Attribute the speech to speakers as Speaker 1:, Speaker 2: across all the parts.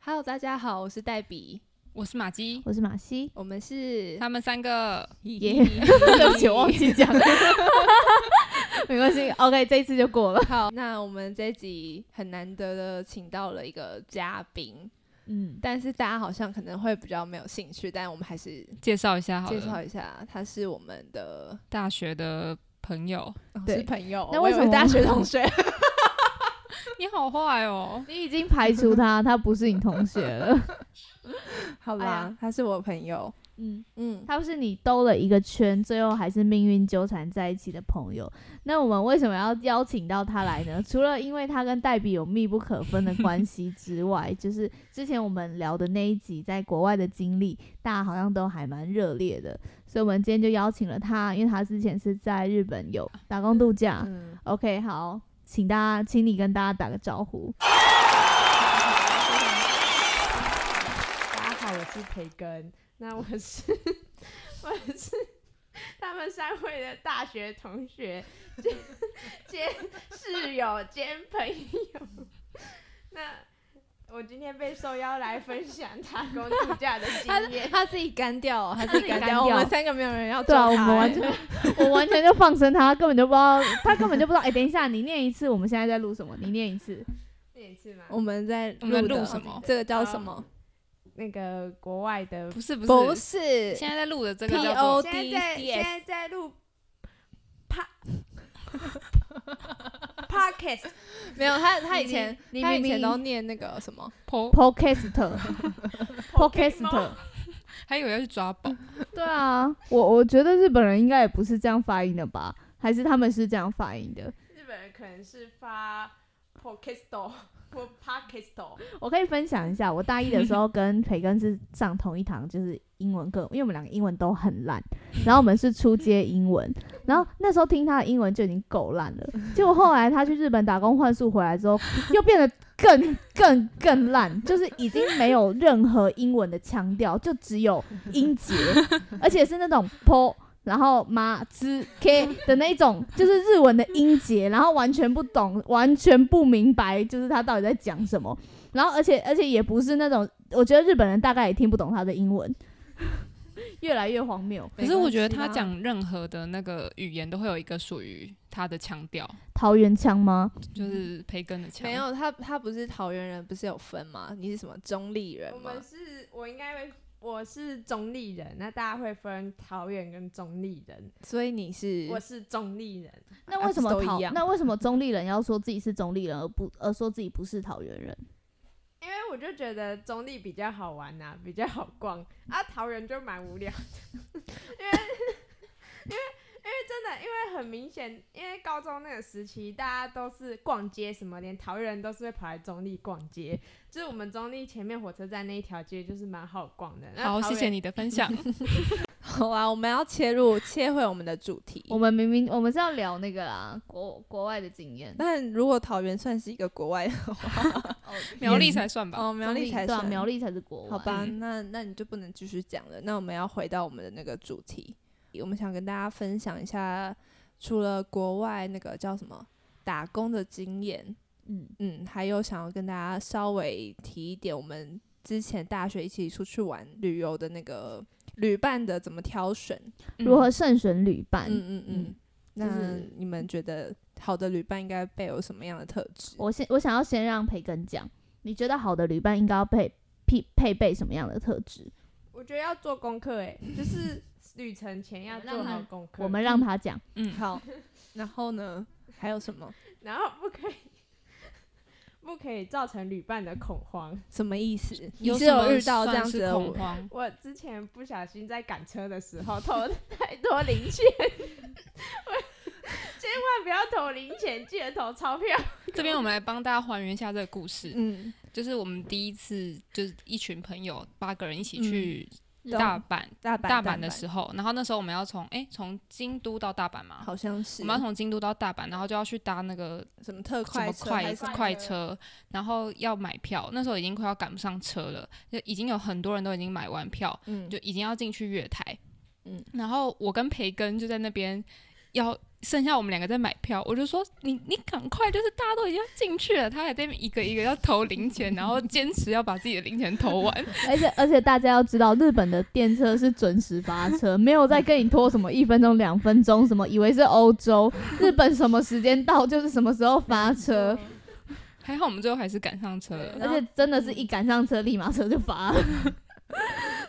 Speaker 1: Hello，大家好，我是黛比，
Speaker 2: 我是马姬，
Speaker 3: 我是马西，
Speaker 1: 我们是
Speaker 2: 他们三个
Speaker 3: 耶对不起，我忘记 讲了，没关系，OK，这一次就过了。
Speaker 1: 好，那我们这一集很难得的请到了一个嘉宾，
Speaker 3: 嗯，
Speaker 1: 但是大家好像可能会比较没有兴趣，但我们还是
Speaker 2: 介绍一下好
Speaker 1: 介
Speaker 2: 了，
Speaker 1: 绍一下，他是我们的、
Speaker 2: 大学的朋友。
Speaker 1: 哦
Speaker 3: 对
Speaker 1: 是朋友，
Speaker 3: 那
Speaker 1: 我
Speaker 3: 为
Speaker 1: 以
Speaker 3: 什么
Speaker 1: 大学同学？
Speaker 2: 你好坏哦，
Speaker 3: 你已经排除 他，他不是你同学了。
Speaker 1: 好啦，
Speaker 3: 哎呀
Speaker 1: 他是我朋友，
Speaker 3: 嗯，
Speaker 1: 嗯，
Speaker 3: 他是你兜了一个圈，最后还是命运纠缠在一起的朋友。那我们为什么要邀请到他来 呢？除了因为他跟黛比有密不可分的关系之外，就是之前我们聊的那一集在国外的经历，大家好像都还蛮热烈的，所以我们今天就邀请了他，因为他之前是在日本有打工度假。
Speaker 1: 嗯
Speaker 3: OK，好，请大家，请你跟大家打个招呼。
Speaker 4: 大家好，我是培根。那我是 我是他们三位的大学同学兼兼室友兼朋友。那我今天被受邀来分享打工度假的
Speaker 1: 他
Speaker 4: 经 验。
Speaker 1: 哎他自己干掉哦，他自
Speaker 3: 自
Speaker 1: 己
Speaker 3: 己
Speaker 1: 干
Speaker 3: 干
Speaker 1: 掉，我
Speaker 3: 掉
Speaker 1: 们三个没有人要
Speaker 3: 对啊，
Speaker 1: 做
Speaker 3: 我
Speaker 1: 他
Speaker 3: 们完
Speaker 1: 欸
Speaker 3: 全， 我完全就放生他，根本就不知道，他根本就不知道。哎、等一下，你念一次，我们现在在录什么？你念一次。
Speaker 4: 念一次吗？
Speaker 1: 我们在
Speaker 2: 我们在
Speaker 1: 的
Speaker 2: 录什么
Speaker 1: 这个叫什么？
Speaker 4: 那个国外的，
Speaker 2: 不是不是，
Speaker 1: 不是，
Speaker 2: 现在在录的这个
Speaker 1: P
Speaker 2: 叫
Speaker 1: O
Speaker 2: 做
Speaker 1: D
Speaker 4: 现在在
Speaker 1: C
Speaker 4: 现
Speaker 1: S，
Speaker 4: 在在录 pa podcast，
Speaker 1: 没有他他以前
Speaker 3: 你
Speaker 1: 他以
Speaker 3: 明明
Speaker 1: 前都念那个什么
Speaker 2: Po，
Speaker 3: Podcast，Podcast，
Speaker 2: 还以为要去抓宝，
Speaker 3: 对啊，我我觉得日本人应该也不是这样发音的吧？还是他们是这样发音的？
Speaker 4: 日本人可能是发 Pokesto 或 Pokesto，
Speaker 3: 我可以分享一下，我大一的时候跟培根是上同一堂，就是英文课，因为我们两个英文都很烂，然后我们是初阶英文，然后那时候听他的英文就已经够烂了，结果后来他去日本打工换宿回来之后，又变得更更更烂，就是已经没有任何英文的腔调，就只有音节，而且是那种 po。然后马之 k 的那一种，就是日文的音节，然后完全不懂，完全不明白，就是他到底在讲什么。然后而且而且也不是那种，我觉得日本人大概也听不懂他的英文， 越来越荒谬。
Speaker 2: 可是我觉得
Speaker 1: 没
Speaker 2: 他
Speaker 1: 关系啦
Speaker 2: 讲任何的那个语言都会有一个属于他的腔调，
Speaker 3: 桃园腔吗？
Speaker 2: 嗯就是培根的腔。
Speaker 1: 没，有他他不是桃园人，不是有分吗？你是什么中立人
Speaker 4: 我
Speaker 1: 吗
Speaker 4: 们？是，我应该会，我是中立人，那大家会分桃园跟中立人，
Speaker 1: 所以你是
Speaker 4: 我是中立人，
Speaker 3: 那为什么
Speaker 1: 啊不是都
Speaker 3: 桃
Speaker 1: 一样
Speaker 3: 那为什么中立人要说自己是中立人，而不而说自己不是桃园人？
Speaker 4: 因为我就觉得中立比较好玩呐、比较好逛啊，桃园就蛮无聊的，因为因为因为真的，因为很明显，因为高中那个时期大家都是逛街什么，连桃园人都是会跑来中立逛街，就是我们中立前面火车站那一条街就是蛮好逛的。那
Speaker 2: 好，
Speaker 4: 桃
Speaker 2: 谢
Speaker 4: 园
Speaker 2: 谢你的分享。
Speaker 1: 好啊，我们要切入切回我们的主题。
Speaker 3: 我们明明我们是要聊那个啦，国国外的经验。
Speaker 1: 但如果桃园算是一个国外的话，
Speaker 2: 苗栗才算吧，
Speaker 1: 哦，苗栗才
Speaker 3: 对啊，
Speaker 1: 算
Speaker 3: 苗栗才是国外。
Speaker 1: 好吧，
Speaker 2: 嗯
Speaker 1: 那那你就不能继续讲了。那我们要回到我们的那个主题，我们想跟大家分享一下，除了国外那个叫什么打工的经验，
Speaker 3: 嗯，
Speaker 1: 嗯，还有想要跟大家稍微提一点，我们之前大学一起出去玩旅游的那个旅伴的怎么挑选，
Speaker 2: 嗯
Speaker 3: 如何慎选旅伴？
Speaker 1: 嗯嗯嗯
Speaker 3: 嗯。
Speaker 1: 那
Speaker 3: 就是
Speaker 1: 你们觉得好的旅伴应该备有什么样的特质？
Speaker 3: 我先我想要先让培根讲，你觉得好的旅伴应该要配配配备什么样的特质？
Speaker 4: 我觉得要做功课，哎，就是旅程前要做好功 课。
Speaker 3: 我们让他讲。
Speaker 2: 嗯，
Speaker 1: 好， 然后呢，还有什么？
Speaker 4: 然后不可以， 不可以造成旅伴的恐慌。
Speaker 1: 什么意思？你
Speaker 2: 有
Speaker 1: 是
Speaker 2: 什么
Speaker 1: 有遇到这样
Speaker 2: 算是
Speaker 1: 子的
Speaker 2: 恐
Speaker 1: 我？
Speaker 2: 慌？
Speaker 4: 我之前不小心在赶车的时候投太多零钱，我千万不要投零钱，记得投钞票。
Speaker 2: 这边我们来帮大家还原一下这个故事，
Speaker 1: 嗯，
Speaker 2: 就是我们第一次就是一群朋友八个人一起
Speaker 1: 嗯
Speaker 2: 去
Speaker 1: 懂
Speaker 2: 大阪
Speaker 1: 大阪
Speaker 2: 大阪的时候，然后那时候我们要从诶从京都到大阪嘛，
Speaker 1: 好像是
Speaker 2: 我们要从京都到大阪，然后就要去搭那个
Speaker 1: 什么特
Speaker 2: 什
Speaker 1: 快
Speaker 2: 么
Speaker 1: 车
Speaker 2: 快
Speaker 1: 还是什么
Speaker 2: 快车，然后要买票，那时候已经快要赶不上车了，就已经有很多人都已经买完票，
Speaker 1: 嗯
Speaker 2: 就已经要进去月台，
Speaker 1: 嗯
Speaker 2: 然后我跟培根就在那边。要剩下我们两个在买票，我就说你你赶快，就是大家都已经要进去了，他还在那边一个一个要投零钱，然后坚持要把自己的零钱投完。
Speaker 3: 而且而且大家要知道，日本的电车是准时发车，没有在跟你拖什么一分钟、两分钟，什么以为是欧洲，日本什么时间到就是什么时候发车，
Speaker 2: 还好我们最后还是赶上车了。
Speaker 1: 啊
Speaker 3: 而且真的是一赶上车，立马车就发了，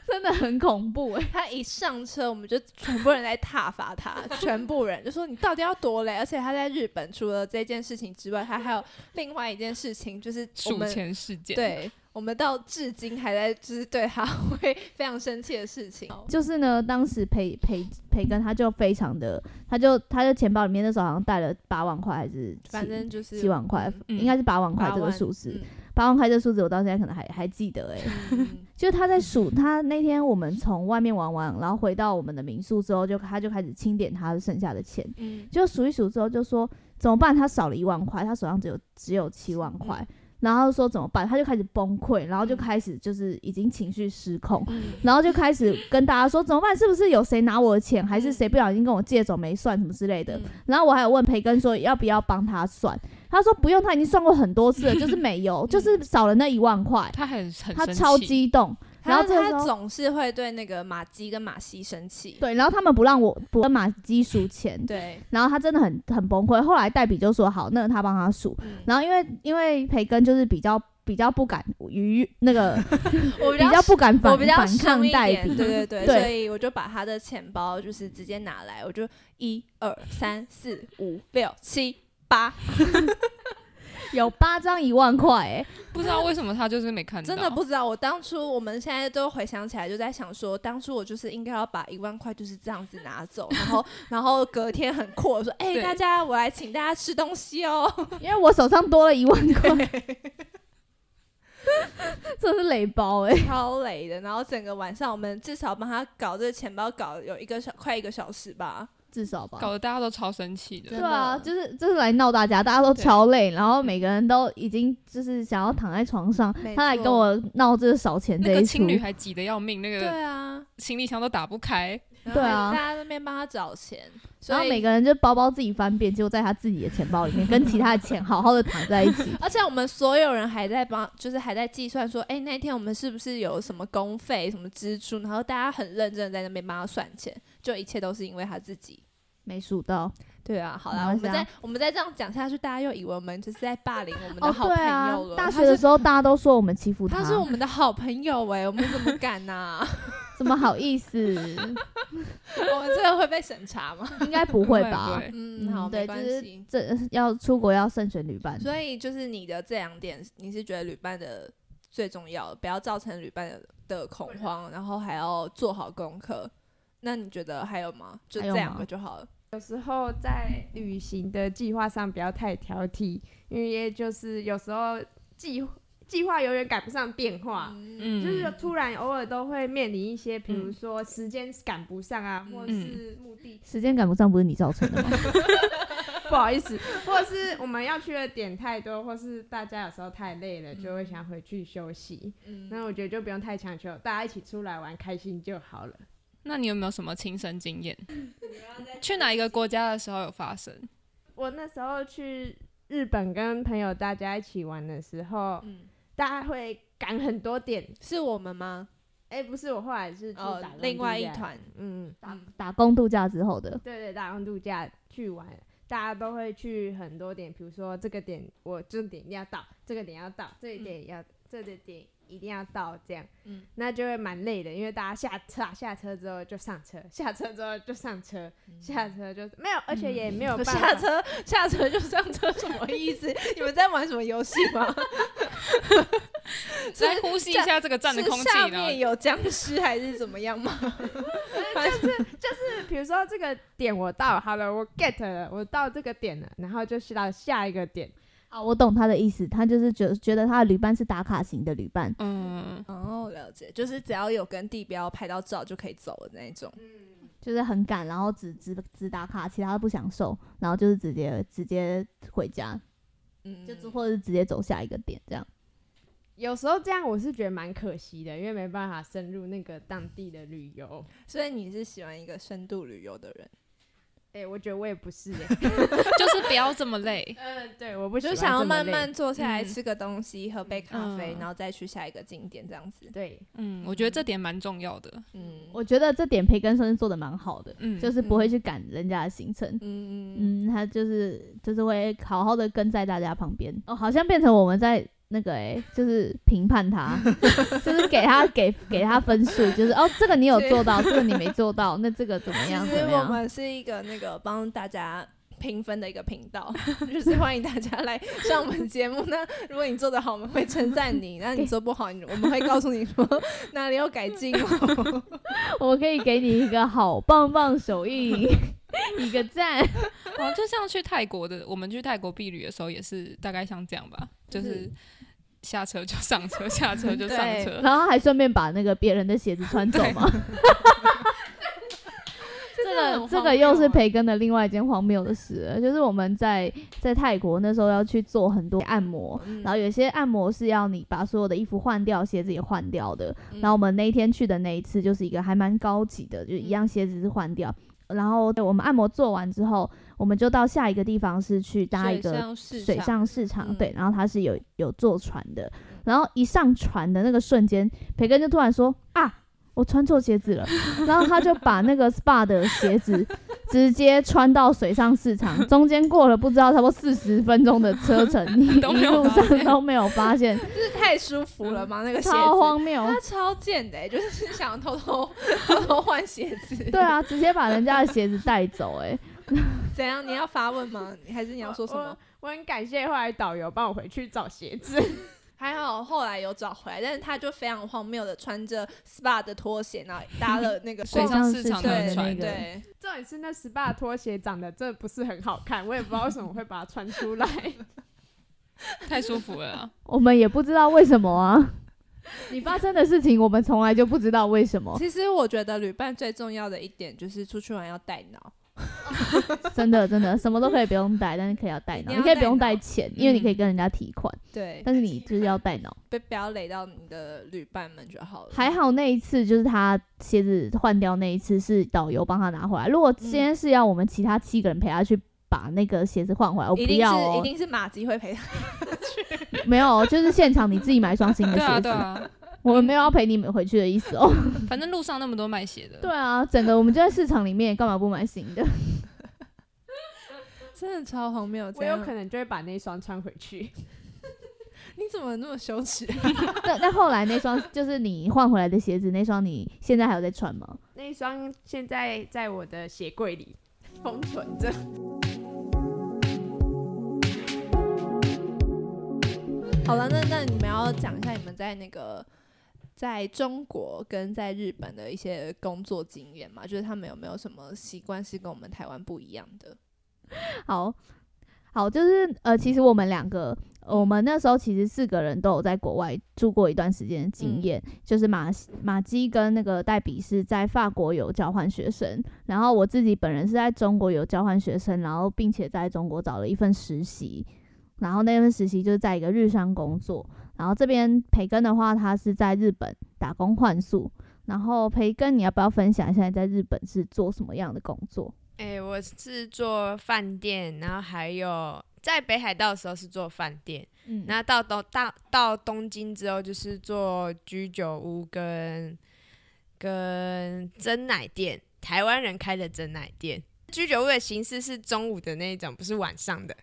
Speaker 3: 真的很恐怖哎、
Speaker 1: 他一上车，我们就全部人在挞伐 他，全部人就说你到底要多累？而且他在日本除了这件事情之外，他还有另外一件事情，就是我
Speaker 2: 数
Speaker 1: 们
Speaker 2: 钱事件，，
Speaker 1: 对我们到至今还在就是对他会非常生气的事情。
Speaker 3: 就是呢，当时培培培根他就非常的，他就他就钱包里面那时候好像带了八万块还是七
Speaker 1: 反正就是
Speaker 3: 七万块，
Speaker 2: 嗯
Speaker 3: 应该是八万块
Speaker 1: 八
Speaker 3: 这个
Speaker 1: 万
Speaker 3: 数字
Speaker 1: 嗯，
Speaker 3: 八万块这个数字我到现在可能还还记得哎、
Speaker 1: 嗯
Speaker 3: 就他在数，他那天我们从外面玩完，然后回到我们的民宿之后，就他就开始清点他剩下的钱，
Speaker 1: 嗯，
Speaker 3: 就数一数之后就说怎么办？他少了一万块，他手上只有只有七万块，
Speaker 2: 嗯
Speaker 3: 然后说怎么办？他就开始崩溃，然后就
Speaker 1: 嗯
Speaker 3: 开始就是已经情绪失控，
Speaker 1: 嗯
Speaker 3: 然后就开始跟大家说怎么办？是不是有谁拿我的钱，还是谁不小心跟我借走没算什么之类
Speaker 2: 嗯
Speaker 3: 的？然后我还有问培根说要不要帮他算，他说不用，他已经算过很多次了，就是没有，就是少了那一万块，
Speaker 2: 他很很
Speaker 3: 他
Speaker 2: 生
Speaker 3: 超
Speaker 2: 气
Speaker 3: 激动。然
Speaker 1: 然后
Speaker 3: 后这个时
Speaker 1: 他
Speaker 3: 候
Speaker 1: 总是会对那个马基跟马西生气。
Speaker 3: 对，然后他们不让我不跟马基数钱，
Speaker 1: 对，
Speaker 3: 然后他真的很很崩溃。后来黛比就说好，那他帮他数。
Speaker 1: 嗯
Speaker 3: 然后因为因为培根就是比较比较不敢于那个
Speaker 1: 我
Speaker 3: 比
Speaker 1: 比较
Speaker 3: 较不敢
Speaker 1: 我
Speaker 3: 反
Speaker 1: 比较
Speaker 3: 反
Speaker 1: 凶
Speaker 3: 抗
Speaker 1: 一
Speaker 3: 黛
Speaker 1: 点，
Speaker 3: 比，
Speaker 1: 对对对，
Speaker 3: 对
Speaker 1: 所以我就把他的钱包就是直接拿来，我就一二三四五六七八，
Speaker 3: 有八张一万块、欸，
Speaker 2: 不知道为什么他就是没看到，
Speaker 1: 真的不知道。我当初我们现在都回想起来，就在想说，当初我就是应该要把一万块就是这样子拿走，然 后然后隔天很阔我说，哎、
Speaker 2: 对
Speaker 1: 大家我来请大家吃东西哦。
Speaker 3: 因为我手上多了一万块，这是雷包哎、欸
Speaker 1: 超累的，然后整个晚上我们至少帮他搞这个钱包搞有一个小快一个小时吧，
Speaker 3: 至少吧。
Speaker 2: 搞得大家都超生气的
Speaker 1: 真。
Speaker 3: 对
Speaker 1: 的
Speaker 3: 啊，就是就是来闹大家，大家都
Speaker 2: 对
Speaker 3: 超累，然后每个人都已经就是想要躺在床上
Speaker 1: 没，
Speaker 3: 他来
Speaker 1: 错
Speaker 3: 跟我闹这个少钱这
Speaker 2: 那个
Speaker 3: 一出
Speaker 2: 情，侣还挤得要命，那
Speaker 1: 对
Speaker 2: 个
Speaker 1: 啊，
Speaker 2: 行李箱都打不开，
Speaker 1: 然后
Speaker 3: 对啊
Speaker 1: 大家在那边帮他找钱，所
Speaker 3: 然后
Speaker 1: 以
Speaker 3: 每个人就包包自己翻遍，结果在他自己的钱包里面，跟其他的钱好好的躺在一起。
Speaker 1: 而且我们所有人还在帮，就是还在计算说，哎、那一天我们是不是有什么公费、什么支出？然后大家很认真地在那边帮他算钱，就一切都是因为他自己。
Speaker 3: 没数到
Speaker 1: 对啊，好
Speaker 3: 没
Speaker 1: 啦，我
Speaker 3: 关
Speaker 1: 们
Speaker 3: 系啊
Speaker 1: 再我们再这样讲下去，大家又以为我们就是在霸凌我们的
Speaker 3: 哦，
Speaker 1: 好
Speaker 3: 对
Speaker 1: 朋
Speaker 3: 啊
Speaker 1: 友了。，
Speaker 3: 大
Speaker 1: 他
Speaker 3: 学的
Speaker 1: 是
Speaker 3: 时候大家都说我们欺负
Speaker 1: 他是我们的好朋友哎、我们怎么敢呐、
Speaker 3: 怎么好意思？
Speaker 1: 我们这个会被审查 吗？
Speaker 3: 应该不会
Speaker 2: 不
Speaker 3: 吧？
Speaker 2: 会
Speaker 1: 嗯，好，没
Speaker 3: 对，就
Speaker 1: 关
Speaker 3: 是
Speaker 1: 系。
Speaker 3: 这要出国要慎选旅伴，
Speaker 1: 所以就是你的这两点，你是觉得旅伴的最重要的，不要造成旅伴的的恐慌，然后还要做好功课。那你觉得还有吗？就
Speaker 3: 还
Speaker 1: 这
Speaker 3: 有
Speaker 1: 两
Speaker 3: 吗
Speaker 1: 个就好了。
Speaker 4: 有时候在旅行的计划上不要太挑剔，因为就是有时候计计划永远赶不上变化。
Speaker 1: 嗯
Speaker 2: 嗯，
Speaker 4: 就是突然偶尔都会面临一些，比如说时间赶不上啊，
Speaker 1: 嗯
Speaker 4: 或是目的，
Speaker 3: 时间赶不上不是你造成 的吗？
Speaker 4: 不好意思，或是我们要去的点太多，或是大家有时候太累了，就会想回去休息。
Speaker 1: 嗯
Speaker 4: 那我觉得就不用太强求，大家一起出来玩开心就好了。
Speaker 2: 那你有没有什么亲身经验？去哪一个国家的时候有发生？
Speaker 4: 我那时候去日本跟朋友大家一起玩的时候，
Speaker 1: 嗯，
Speaker 4: 大家会赶很多点。
Speaker 1: 是我们吗？
Speaker 4: 哎、不是，我后来是去
Speaker 1: 哦
Speaker 4: 打工，
Speaker 1: 另外
Speaker 4: 度
Speaker 1: 一
Speaker 4: 假
Speaker 1: 团，
Speaker 4: 嗯，
Speaker 3: 打工度假之后的，
Speaker 4: 对对，打工度假去玩，大家都会去很多点，比如说这个点我这个点一定要到，这个点要到，这个点也要、这个点一定要到，这样，
Speaker 1: 嗯
Speaker 4: 那就会蛮累的，因为大家下车下车之后就上
Speaker 1: 嗯
Speaker 4: 车，下车之后就上车，下车就没有，而且也没有办 法，
Speaker 1: 嗯下车下车就上车，什么意思？你们在玩什么游戏吗？是
Speaker 2: 来呼吸一下这个站的
Speaker 1: 是
Speaker 2: 空气
Speaker 1: 下
Speaker 2: 呢
Speaker 1: 面？有僵尸还是怎么样吗？
Speaker 4: 比如说这个点我到好了，我 get 了，我到这个点了，然后就是到下一个点，
Speaker 3: 啊，我懂他的意思，他就是觉觉得他的旅伴是打卡型的旅伴，
Speaker 2: 嗯，
Speaker 1: 哦，了解，就是只要有跟地标拍到照就可以走的那一种。
Speaker 3: 就是很赶，然后只只只打卡，其他都不享受，然后就是直接直接回家，
Speaker 1: 嗯，
Speaker 3: 就或者是直接走下一个点这样。
Speaker 4: 有时候这样我是觉得蛮可惜的，因为没办法深入那个当地的旅游。
Speaker 1: 所以你是喜欢一个深度旅游的人。
Speaker 4: 诶、哎、我觉得我也不是、 欸，
Speaker 2: 就是不要这么累。
Speaker 4: 嗯，对，我不喜
Speaker 1: 就
Speaker 4: 欢
Speaker 1: 想要
Speaker 4: 这么
Speaker 1: 慢
Speaker 4: 累
Speaker 1: 慢坐下来
Speaker 2: 嗯
Speaker 1: 吃个东西，喝杯咖啡，
Speaker 2: 嗯
Speaker 1: 然后再去下一个景点这样子。
Speaker 4: 对，
Speaker 2: 嗯，我觉得这点蛮重要的。
Speaker 1: 嗯，
Speaker 3: 我觉得这点培根算是做的蛮好的，
Speaker 2: 嗯，
Speaker 3: 就是不会去赶人家的行程。
Speaker 1: 嗯嗯
Speaker 3: 嗯，他就是就是会好好的跟在大家旁边。哦，好像变成我们在那个诶、就是评 判他，就是给他给给他分数，就是哦，这个你有
Speaker 1: 对
Speaker 3: 做到，这个你没做到，那这个怎么
Speaker 1: 其
Speaker 3: 样怎
Speaker 1: 实
Speaker 3: 么
Speaker 1: 我
Speaker 3: 样？
Speaker 1: 们是一个那个帮大家评分的一个频道， 就是欢迎大家来上我们节目。 那如果你做得好，我们会称赞你；那你做不好，你我们会告诉你说哪里要改进 哦。
Speaker 3: 我可以给你一个好棒棒手印， 一个赞。
Speaker 2: 哦，就像去泰国的，我们去泰国避旅的时候也是大概像这样吧，就是下车就上车，下车就上
Speaker 1: 对
Speaker 2: 车。
Speaker 3: 然后还顺便把那个别人的鞋子穿走嘛。 这个这个又是培根的另外一件荒谬的事了，就是我们在在泰国那时候要去做很多按摩，
Speaker 1: 嗯
Speaker 3: 然后有些按摩是要你把所有的衣服换掉，鞋子也换掉的。
Speaker 1: 嗯
Speaker 3: 然后我们那一天去的那一次就是一个还蛮高级的，就一样鞋子是换掉。然后我们按摩做完之后，我们就到下一个地方是去搭一个
Speaker 1: 水上市
Speaker 3: 水
Speaker 1: 场
Speaker 3: 上市场，
Speaker 1: 嗯
Speaker 3: 对，然后它是有有坐船的，
Speaker 2: 嗯
Speaker 3: 然后一上船的那个瞬间，培根就突然说啊，我穿错鞋子了， 然后他就把那个 SPA 的鞋子直接穿到水上市场，中间过了不知道差不多四十分钟的车程，你 一
Speaker 2: 都没有
Speaker 3: 路
Speaker 2: 发
Speaker 3: 上
Speaker 2: 现
Speaker 3: 都没有 发现，
Speaker 1: 就是太舒服了嘛，那个鞋
Speaker 3: 超
Speaker 1: 子。
Speaker 3: 荒谬。
Speaker 1: 他超贱的、欸 就是想偷偷偷偷换鞋子。
Speaker 3: 对，啊，直接把人家的鞋子带走、哎，
Speaker 1: 怎样？你要发问吗？还是你要说什么？
Speaker 4: 我很感谢后来导游帮我回去找鞋子，
Speaker 1: 还好后来有找回来，但是他就非常荒谬的穿着 SPA 的拖鞋，然后搭了那个
Speaker 2: 水上市场
Speaker 3: 逛
Speaker 2: 的
Speaker 3: 市场的
Speaker 1: 对
Speaker 2: 船，
Speaker 3: 那个
Speaker 1: 对，
Speaker 4: 重点是那 SPA 拖鞋长得真的不是很好看，我也不知道为什么会把它穿出 来。
Speaker 2: 太舒服了啊。
Speaker 3: 我们也不知道为什么 啊。你发生的事情，我们从来就不知道为什么，
Speaker 1: 其实我觉得旅伴最重要的一点就是出去玩要带脑，
Speaker 3: 真的真的什么都可以不用带，但是可以要带脑，
Speaker 1: 一定要
Speaker 3: 你可以不用
Speaker 1: 带
Speaker 3: 带
Speaker 1: 脑
Speaker 3: 钱，因为你可以
Speaker 2: 嗯
Speaker 3: 跟人家提款，
Speaker 1: 对，
Speaker 3: 但是你就是要带脑。
Speaker 1: 不不要累到你的旅伴们就好了。
Speaker 3: 还，好那一次就是他鞋子换掉那一次是导游帮他拿回来。如果今天
Speaker 1: 嗯
Speaker 3: 是要我们其他七个人陪他去把那个鞋子换回来，我不
Speaker 1: 一定
Speaker 3: 要
Speaker 1: 是一
Speaker 3: 哦，
Speaker 1: 定是马吉会陪他，
Speaker 3: 没有哦，就是现场你自己买双新的
Speaker 2: 对啊，
Speaker 3: 鞋子，
Speaker 2: 对啊，
Speaker 3: 我们没
Speaker 1: 嗯
Speaker 3: 有要陪你们回去的意思 哦。
Speaker 2: 反正路上那么多卖鞋的。
Speaker 3: 对啊，整个我们就在市场里面，干嘛不买新的？
Speaker 1: 真的超荒谬。
Speaker 4: 我有可能就会把那双穿回去。
Speaker 1: 你怎么那么羞耻？
Speaker 3: 那那后来那双就是你换回来的鞋子，那双你现在还有在穿吗？
Speaker 4: 那一双现在在我的鞋柜里封存着。
Speaker 1: 好了，那那你们要讲一下你们在那个在中国跟在日本的一些工作经验嘛？就是他们有没有什么习惯是跟我们台湾不一样的？
Speaker 3: 好好，就是呃，其实我们两个，我们那时候其实四个人都有在国外住过一段时间的经验，就是马西马基跟那个黛比是在法国有交换学生，然后我自己本人是在中国有交换学生，然后并且在中国找了一份实习，然后那份实习就是在一个日商工作，然后这边培根的话，他是在日本打工换宿。然后培根，你要不要分享一下你在日本是做什么样的工作？
Speaker 4: 哎、我是做饭店，然后还有在北海道的时候是做饭店，
Speaker 3: 嗯
Speaker 4: 那到东到到东京之后就是做居酒屋跟跟蒸奶店，台湾人开的蒸奶店。居酒屋的形式是中午的那一种，不是晚上的。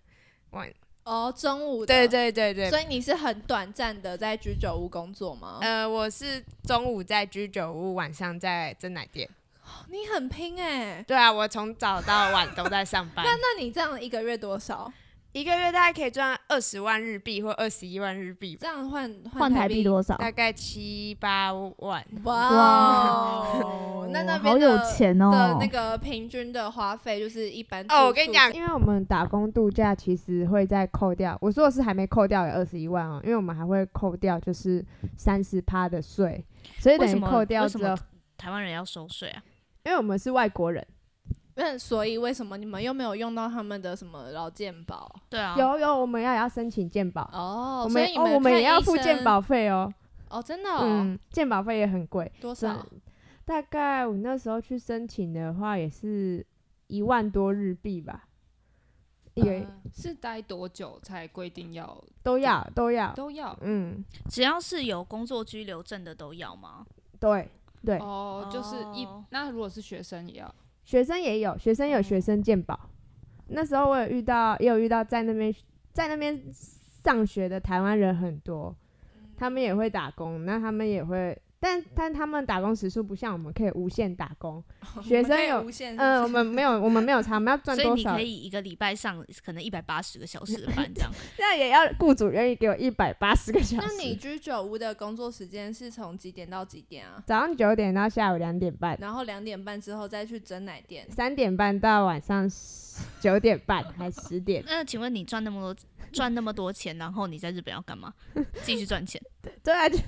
Speaker 4: 晚
Speaker 1: 哦，中午
Speaker 4: 对对对对，
Speaker 1: 所以你是很短暂的在居酒屋工作吗？
Speaker 4: 呃，我是中午在居酒屋，晚上在蒸奶店。
Speaker 1: 你很拼哎、
Speaker 4: 对啊，我从早到晚都在上班
Speaker 1: 那，那你这样一个月多少？
Speaker 4: 一个月大概可以赚二十万日币或二十一万日币吧，
Speaker 1: 这样换
Speaker 3: 换台币多少？
Speaker 4: 大概七八万。
Speaker 1: 哇
Speaker 3: 哇
Speaker 1: 哦，那那边
Speaker 3: 好有
Speaker 1: 的
Speaker 3: 钱哦！
Speaker 1: 的那个平均的花费就是一般
Speaker 4: 哦，
Speaker 1: 住
Speaker 4: 我跟你
Speaker 1: 宿
Speaker 4: 讲，因为我们打工度假其实会再扣掉，我说的是还没扣掉有二十一万哦，因为我们还会扣掉就是三十趴的税，所以
Speaker 5: 为
Speaker 4: 等
Speaker 5: 什
Speaker 4: 于
Speaker 5: 么
Speaker 4: 扣掉
Speaker 5: 为什
Speaker 4: 之
Speaker 5: 么
Speaker 4: 后，
Speaker 5: 台湾人要收税啊？
Speaker 4: 因为我们是外国人，
Speaker 1: 那所以为什么你们又没有用到他们的什么劳健保？
Speaker 5: 对
Speaker 3: 哦
Speaker 5: 啊，
Speaker 4: 有有我们要也要申请健保，
Speaker 1: 哦
Speaker 4: 我，
Speaker 1: 所
Speaker 4: 们
Speaker 1: 以你
Speaker 4: 哦我们
Speaker 1: 看
Speaker 4: 也要
Speaker 1: 医
Speaker 4: 付健
Speaker 1: 生
Speaker 4: 保费哦，
Speaker 1: 哦，真的、哦，
Speaker 4: 嗯，健保费也很贵，
Speaker 1: 多
Speaker 4: 是
Speaker 1: 少？
Speaker 4: 大概我那时候去申请的话也是。一万多日币吧，一个
Speaker 3: 嗯
Speaker 2: 呃是待多久才规定要
Speaker 4: 都要都要，
Speaker 2: 都要？
Speaker 4: 嗯，
Speaker 3: 只要是有工作居留证的都要吗？
Speaker 4: 对对，
Speaker 2: 哦，就是一
Speaker 3: 哦
Speaker 2: 那如果是学生也要
Speaker 4: 学生也有，学生有
Speaker 3: 嗯
Speaker 4: 学生健保。那时候我有遇到，也有遇到在那边在那边上学的台湾人很多，
Speaker 3: 嗯
Speaker 4: 他们也会打工，那他们也会，但但他们打工时数不像我们可以无限打工，学生有
Speaker 1: 我们可以无限，
Speaker 4: 嗯、我们没有我们没有差，我们要赚
Speaker 3: 所以
Speaker 4: 多
Speaker 3: 你
Speaker 4: 少
Speaker 3: 可？以一个礼拜上可能一百八十个小时的班 这样。
Speaker 4: 那也要雇主愿意给我一百八十个小时。
Speaker 1: 那你居酒屋的工作时间是从几点到几点啊？
Speaker 4: 早上九点到下午两点半，
Speaker 1: 然后两点半之后再去整奶店，
Speaker 4: 三点半到晚上九点半还十点，
Speaker 3: 那请问你赚那么多赚那么多钱，然后你在日本要干嘛？继续 赚钱
Speaker 4: 对啊，就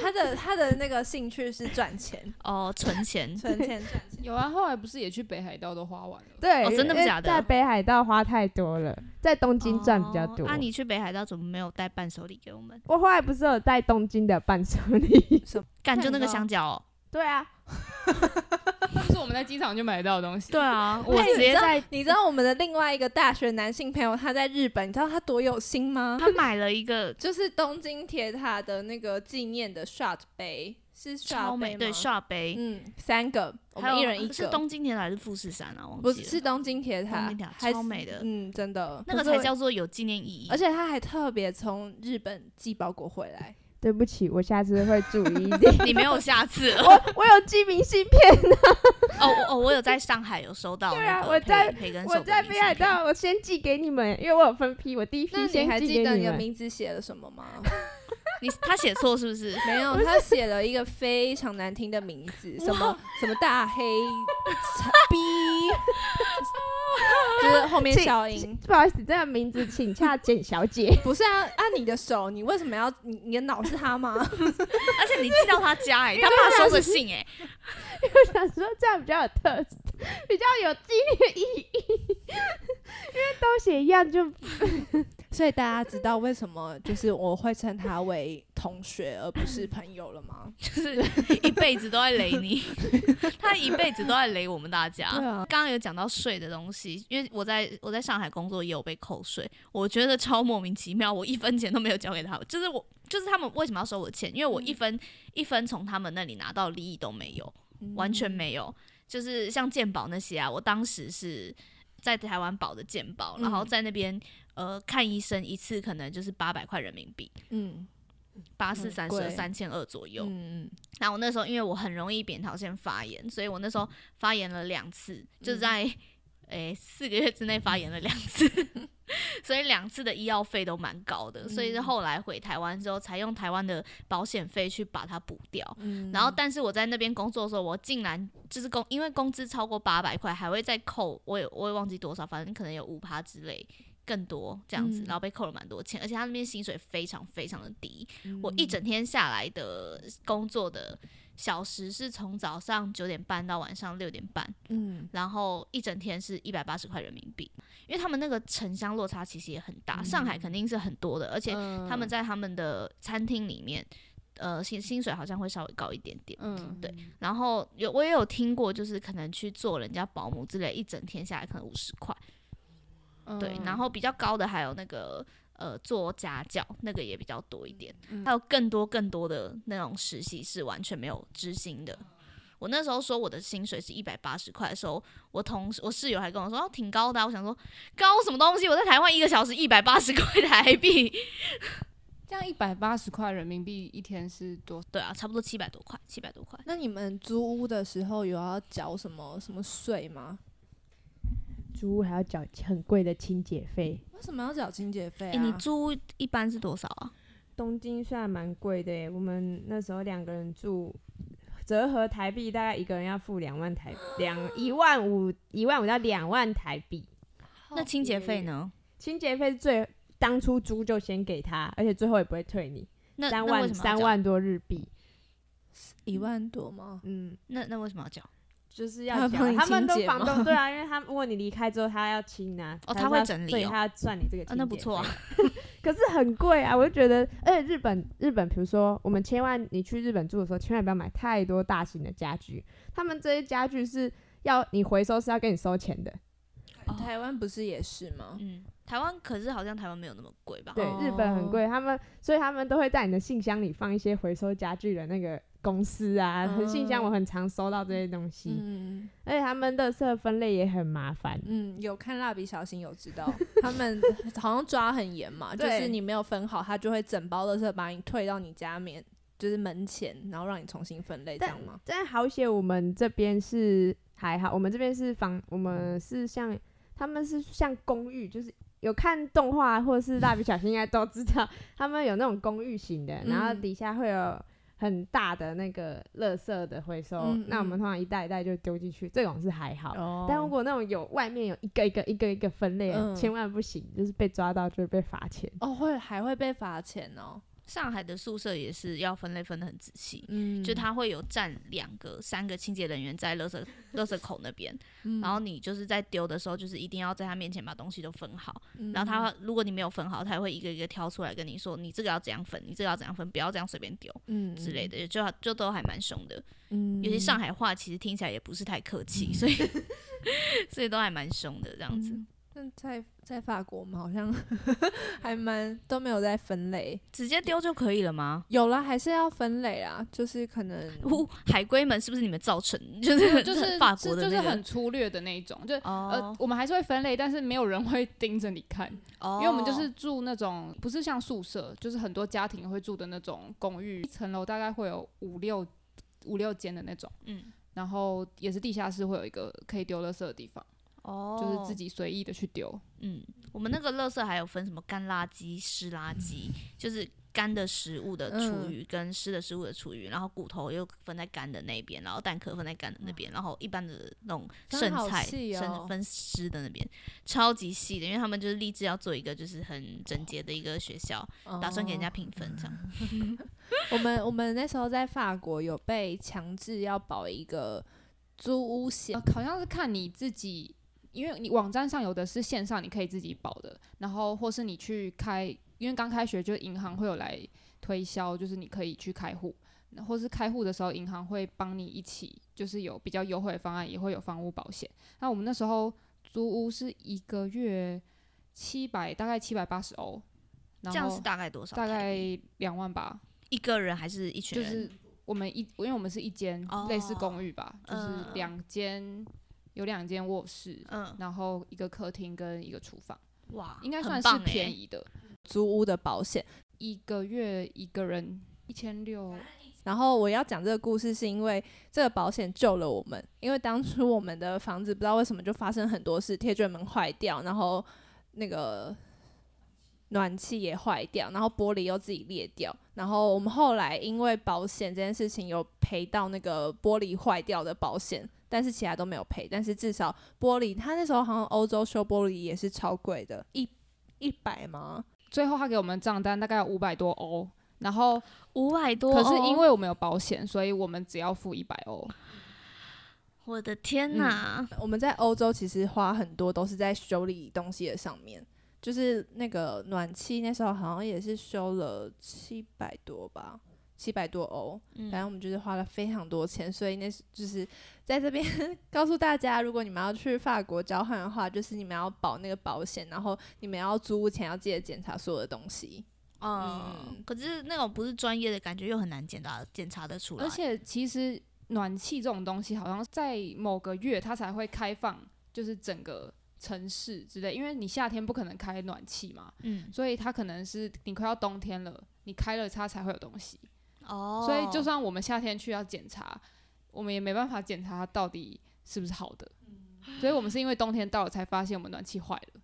Speaker 1: 他的他的那个兴趣是赚钱，
Speaker 3: 哦，存钱。
Speaker 1: 存钱赚钱。
Speaker 2: 有啊，后来不是也去北海道都花完了。
Speaker 4: 对、
Speaker 3: 哦真的
Speaker 4: 因为
Speaker 3: 假的
Speaker 4: 在北海道花太多了，在东京赚比较
Speaker 3: 哦
Speaker 4: 多。
Speaker 3: 那、你去北海道怎么没有带伴手礼给我们？
Speaker 4: 我后来不是有带东京的伴手礼？
Speaker 3: 干就那个
Speaker 1: 看到
Speaker 3: 香蕉、哦。
Speaker 4: 对啊，
Speaker 2: 这是我们在机场就买到的东西。
Speaker 3: 对
Speaker 1: 而
Speaker 3: 啊，
Speaker 4: 哎
Speaker 3: 我
Speaker 1: 且
Speaker 3: 直接在
Speaker 1: 哎你知道我们的另外一个大学男性朋友他在日本，你知道他多有心吗？
Speaker 3: 他买了一个
Speaker 1: 就是东京铁塔的那个纪念的 shot 杯，是 shot
Speaker 3: 超
Speaker 1: 杯
Speaker 3: 美
Speaker 1: 吗
Speaker 3: 对刷杯，
Speaker 1: 嗯，三个，我
Speaker 3: 还有
Speaker 1: 们一人一个，
Speaker 3: 是东京铁塔还是富士山啊？忘
Speaker 1: 不
Speaker 3: 记
Speaker 1: 是
Speaker 3: 了
Speaker 1: 是东京铁塔
Speaker 3: 东京铁塔，
Speaker 1: 还是
Speaker 3: 超美的
Speaker 1: 嗯，真的
Speaker 3: 那个
Speaker 1: 可是
Speaker 3: 才
Speaker 1: 我
Speaker 3: 叫做有纪念意义。
Speaker 1: 而且他还特别从日本寄包裹回来，
Speaker 4: 对不起，我下次会注意一点。
Speaker 3: 你没有 下次了
Speaker 4: 我我有寄明信片，
Speaker 3: 哦，我哦，我有在上海有收到
Speaker 4: 对啊
Speaker 3: 那
Speaker 4: 我
Speaker 3: 个
Speaker 4: 在
Speaker 3: 培培根手
Speaker 4: 我
Speaker 3: 的
Speaker 4: 在
Speaker 3: 明
Speaker 4: 北
Speaker 3: 信
Speaker 4: 海
Speaker 3: 片
Speaker 4: 道，我先寄给你们，因为我有分批，我第一批
Speaker 1: 那你
Speaker 4: 先
Speaker 1: 还
Speaker 4: 寄
Speaker 1: 记
Speaker 4: 给
Speaker 1: 得你的
Speaker 4: 们。
Speaker 1: 名字写了什么 吗？
Speaker 3: 你他写错是不是？
Speaker 1: 没有，他写了一个非常难听的名字， 什么什么大黑逼，就是后面
Speaker 4: 请
Speaker 1: 消音。
Speaker 4: 不好意思，这个名字请洽简小姐。
Speaker 1: 不是啊，按你的手，你为什么要你你的脑是他吗？
Speaker 3: 而且你寄到他家哎、他
Speaker 1: 啊
Speaker 3: 爸收的信哎、
Speaker 4: 我想说这样比较有特色，比较有纪念意义，因 为都写一样就
Speaker 1: 所以大家知道为什么就是我会称他为同学而不是朋友了吗？
Speaker 3: 就是一辈子都在雷 你，他一辈子都在雷我们大家。
Speaker 1: 对啊
Speaker 3: 刚刚有讲到税的东西，因为我在我在上海工作也有被扣税，我觉得超莫名其妙，我一分钱都没有交给他，就是我就是他们为什么要收我钱？因为我一
Speaker 1: 嗯
Speaker 3: 分、一分从他们那里拿到利益都没有，完全没有。就是像鉴宝那些啊，我当时是在台湾保的鉴宝，然后
Speaker 1: 嗯
Speaker 3: 在那边呃看医生一次可能就是八百块人民币，
Speaker 1: 嗯，
Speaker 3: 八四
Speaker 1: 很
Speaker 3: 三
Speaker 1: 贵
Speaker 3: 十三千二左右。
Speaker 1: 嗯
Speaker 3: 然后我那时候因为我很容易扁桃腺发炎，所以我那时候发炎了两次，就
Speaker 1: 嗯
Speaker 3: 在诶四、个月之内发炎了两次， 所以两次的医药费都蛮高的，所以是
Speaker 1: 嗯
Speaker 3: 后来回台湾之后才用台湾的保险费去把它补掉。
Speaker 1: 嗯
Speaker 3: 然后，但是我在那边工作的时候，我竟然就是工，因为工资超过八百块，还会再扣，我也我也忘记多少，反正可能有五趴之类，更多这样子，
Speaker 1: 嗯
Speaker 3: 然后被扣了蛮多钱，而且他那边薪水非常非常的低，我一整天下来的工作的小时是从早上九点半到晚上六点半，
Speaker 1: 嗯
Speaker 3: 然后一整天是一百八十块人民币，因为他们那个城乡落差其实也很大，上海肯定是很多的，而且
Speaker 1: 嗯
Speaker 3: 他们在他们的餐厅里面，呃，薪薪水好像会稍微高一点点。
Speaker 1: 嗯
Speaker 3: 对然后有我也有听过，就是可能去做人家保姆之类，一整天下来可能五十块。
Speaker 1: 嗯
Speaker 3: 对，然后比较高的还有那个呃做家教，那个也比较多一点，
Speaker 1: 嗯
Speaker 3: 还有更多更多的那种实习是完全没有支薪的。我那时候说我的薪水是一百八十块的时候，我同事我室友还跟我说哦挺高的、啊，我想说高什么东西？我在台湾一个小时一百八十块台币，
Speaker 2: 这样一百八十块人民币一天是多？
Speaker 3: 对啊，差不多七百多块，七百多块。
Speaker 1: 那你们租屋的时候有要缴什么什么税吗？
Speaker 4: 租还要缴很贵的清洁费。
Speaker 1: 为什么要缴清洁费
Speaker 3: 哎、
Speaker 1: 啊？
Speaker 3: 你租一般是多少啊？
Speaker 4: 东京算蛮贵的耶，我们那时候两个人住，折合台币大概一个人要付两万台两一万五一万五到两万台币，
Speaker 3: 那清洁费？呢？
Speaker 4: 清洁费是最当初租就先给他，而且最后也不会退你，
Speaker 3: 那
Speaker 4: 三
Speaker 3: 那为
Speaker 4: 万
Speaker 3: 什么要
Speaker 4: 三
Speaker 3: 缴？
Speaker 4: 万多日币，
Speaker 1: 一万多吗？
Speaker 4: 嗯，
Speaker 3: 那那为什么要缴？
Speaker 4: 就是
Speaker 1: 他
Speaker 4: 要
Speaker 1: 会
Speaker 4: 缴
Speaker 1: 帮你
Speaker 4: 他们
Speaker 1: 清
Speaker 4: 都
Speaker 1: 洁
Speaker 4: 房
Speaker 1: 吗
Speaker 4: 东对啊，因为他如果你离开之后他要清啊，
Speaker 3: 哦他
Speaker 4: 他是
Speaker 3: 会
Speaker 4: 要
Speaker 3: 整理
Speaker 4: 对
Speaker 3: 哦
Speaker 4: 他要算你这个清洁
Speaker 3: 啊，
Speaker 4: 费，
Speaker 3: 那不错啊。
Speaker 4: 可是很贵啊，我就觉得，而且日本日本，比如说我们千万你去日本住的时候，千万不要买太多大型的家具，他们这些家具是要你回收是要跟你收钱的，
Speaker 3: 哦
Speaker 1: 台湾不是也是吗？
Speaker 3: 嗯，台湾可是好像台湾没有那么贵吧？
Speaker 4: 对，日本
Speaker 1: 哦
Speaker 4: 很贵，他们所以他们都会在你的信箱里放一些回收家具的那个公司啊，
Speaker 1: 嗯
Speaker 4: 信箱我很常收到这些东西，
Speaker 1: 嗯
Speaker 4: 而且他们垃圾分类也很麻烦。
Speaker 1: 嗯，有看蜡笔小新有知道，他们 好像抓很严嘛，就
Speaker 4: 对
Speaker 1: 是你没有分好，他就会整包垃圾把你退到你家面，就是门前，然后让你重新分类，这
Speaker 4: 但
Speaker 1: 样吗？
Speaker 4: 但好险，我们这边是还好，我们这边是房，我们是像他们是像公寓，就是有看动画或者是蜡笔小新应该都知道，他们有那种公寓型的，然后
Speaker 1: 嗯
Speaker 4: 底下会有很大的那个垃圾的回收，
Speaker 1: 嗯
Speaker 4: 那我们
Speaker 1: 嗯
Speaker 4: 通常一袋一袋就丢进去，这种是还好。
Speaker 1: 哦
Speaker 4: 但如果那种有外面有一个一个一个一个分类的，啊
Speaker 1: 嗯
Speaker 4: 千万不行，就是被抓到就会被罚钱。
Speaker 1: 哦会还会被罚钱哦，
Speaker 3: 上海的宿舍也是要分类分得很仔细，
Speaker 1: 嗯，
Speaker 3: 就它会有站两个、三个清洁人员在垃圾垃圾口那边，
Speaker 1: 嗯，
Speaker 3: 然后你就是在丢的时候，就是一定要在他面前把东西都分好。
Speaker 1: 嗯，
Speaker 3: 然后他如果你没有分好，他会一个一个挑出来跟你说，你这个要怎样分，你这个要怎样分，不要这样随便丢
Speaker 1: 嗯
Speaker 3: 之类，的，就就都还蛮凶的。
Speaker 1: 嗯，
Speaker 3: 尤其上海话其实听起来也不是太客
Speaker 2: 嗯
Speaker 3: 气，所以 所以都还蛮凶的这样子。
Speaker 1: 但在在法国，我们好像 还蛮都没有在分类，
Speaker 3: 直接丢就可以了吗？
Speaker 1: 有了还是要分类啊，就是可能
Speaker 3: 呜，海龟们是不是你们造成？就是
Speaker 2: 就是
Speaker 3: 法国的
Speaker 2: 是
Speaker 3: 那
Speaker 2: 就是
Speaker 3: 个
Speaker 2: 很粗略的那一种，就呃
Speaker 3: 哦，
Speaker 2: 我们还是会分类，但是没有人会盯着你看，呃因为我们就
Speaker 3: 哦
Speaker 2: 是住那种不是像宿舍，就是很多家庭会住的那种公寓，一层楼大概会有五六五六间的那种，
Speaker 3: 嗯
Speaker 2: 然后也是地下室会有一个可以丢垃圾的地方，
Speaker 3: 哦，
Speaker 2: 就是自己随意的去丢。
Speaker 3: 嗯，我们那个垃圾还有分什么干垃圾、湿垃
Speaker 2: 嗯
Speaker 3: 圾，就是干的食物的厨
Speaker 1: 嗯
Speaker 3: 余跟湿的食物的厨余，然后骨头又分在干的那边，然后蛋壳分在干的那
Speaker 2: 嗯
Speaker 3: 边，然后一般的那种
Speaker 1: 分
Speaker 3: 剩
Speaker 1: 好
Speaker 3: 菜
Speaker 1: 细
Speaker 3: 剩、
Speaker 1: 哦
Speaker 3: 分湿的那边，超级细的，因为他们就是立志要做一个就是很整洁的一个学校，打算给人家
Speaker 1: 哦
Speaker 3: 评分这样。
Speaker 2: 嗯
Speaker 1: 我们我们那时候在法国有被强制要保一个租屋险
Speaker 2: 呃，，好像是看你自己，因为你网站上有的是线上你可以自己保的，然后或是你去开，因为刚开学就银行会有来推销，就是你可以去开户，那或是开户的时候银行会帮你一起，就是有比较优惠的方案，也会有房屋保险。那我们那时候租屋是一个月七百，大概七百八十欧，然
Speaker 3: 这样
Speaker 2: 后
Speaker 3: 是大概多少
Speaker 2: 大
Speaker 3: 台币？
Speaker 2: 概两万吧，
Speaker 3: 一个人还是一群
Speaker 2: 就
Speaker 3: 人？
Speaker 2: 是我们一，因为我们是一间
Speaker 3: 哦
Speaker 2: 类似公寓吧，就是
Speaker 3: 嗯
Speaker 2: 两间有两间卧室，
Speaker 3: 嗯，
Speaker 2: 然后一个客厅跟一个厨房，
Speaker 3: 哇，
Speaker 2: 应该
Speaker 3: 很
Speaker 2: 算
Speaker 3: 棒
Speaker 2: 是
Speaker 3: 欸
Speaker 2: 便宜的，
Speaker 1: 租屋的保险。
Speaker 2: 一个月一个人一千六，
Speaker 1: 然后我要讲这个故事，是因为这个保险救了我们。因为当初我们的房子不知道为什么就发生很多事，铁卷门坏掉，然后那个暖气也坏掉，然后玻璃又自己裂掉。然后我们后来因为保险这件事情有赔到那个玻璃坏掉的保险，但是其他都没有赔。但是至少玻璃，他那时候好像欧洲修玻璃也是超贵的，一一百吗？
Speaker 2: 最后他给我们账单大概有五百多欧，然后
Speaker 3: 五百多
Speaker 2: 可
Speaker 3: 欧，
Speaker 2: 是因为我们有保险，所以我们只要付一百欧，
Speaker 3: 哦我的天
Speaker 2: 嗯
Speaker 3: 哪！
Speaker 1: 我们在欧洲其实花很多都是在修理东西的上面，就是那个暖气那时候好像也是修了七百多吧，七百多欧，
Speaker 3: 嗯
Speaker 1: 反正我们就是花了非常多钱，所以那是就是在这边 告诉大家，如果你们要去法国交换的话，就是你们要保那个保险，然后你们要租屋前要记得检查所有的东西。
Speaker 3: 嗯，可是那种不是专业的感觉又很难检查检查得出来，
Speaker 2: 而且其实暖气这种东西，好像在某个月它才会开放，就是整个城市之类，因为你夏天不可能开暖气嘛，
Speaker 3: 嗯
Speaker 2: 所以它可能是你快要冬天了，你开了它才会有东西。
Speaker 3: 哦，
Speaker 2: 所以就算我们夏天去要检查，我们也没办法检查它到底是不是好的。所以我们是因为冬天到了才发现我们暖气坏了。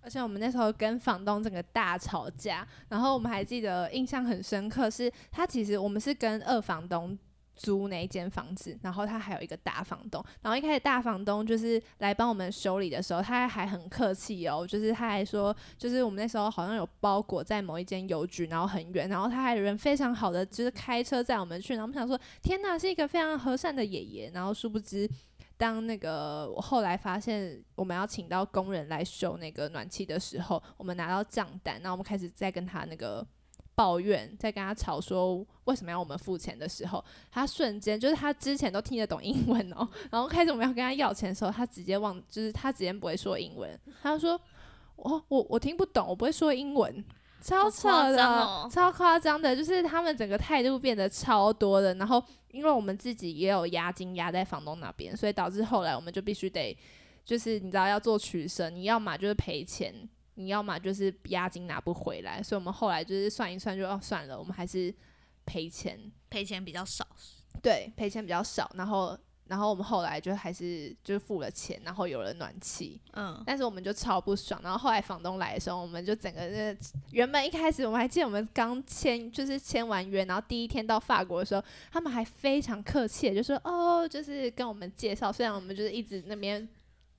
Speaker 1: 而且我们那时候跟房东整个大吵架，然后我们还记得印象很深刻是，他其实我们是跟二房东租那一间房子，然后他还有一个大房东，然后一开始大房东就是来帮我们修理的时候，他还很客气哦，就是他还说，就是我们那时候好像有包裹在某一间邮局，然后很远，然后他还人非常好的就是开车载我们去，然后我们想说，天哪，是一个非常和善的爷爷，然后殊不知当那个我后来发现我们要请到工人来修那个暖气的时候，我们拿到账单，然后我们开始在跟他那个抱怨，在跟他吵说为什么要我们付钱的时候，他瞬间就是他之前都听得懂英文哦， 然后开始我们要跟他要钱的时候，他直接忘，就是他直接不会说英文，他就说我我我听不懂，我不会说英文。超
Speaker 3: 好
Speaker 1: 扯
Speaker 3: 夸
Speaker 1: 的，
Speaker 3: 张哦
Speaker 1: 超夸张的，就是他们整个态度变得超多的。然后，因为我们自己也有押金押在房东那边，所以导致后来我们就必须得，就是你知道要做取舍，你要嘛就是赔钱，你要嘛就是押金拿不回来。所以我们后来就是算一算就，哦算了，我们还是赔钱，
Speaker 3: 赔钱比较少，
Speaker 1: 对，赔钱比较少。然后，然后我们后来就还是就是付了钱，然后有了暖气。
Speaker 3: 嗯，
Speaker 1: 但是我们就超不爽。然后后来房东来的时候，我们就整个那原本一开始我们还记得我们刚签就是签完约，然后第一天到法国的时候，他们还非常客气的就说哦，就是跟我们介绍。虽然我们就是一直那边。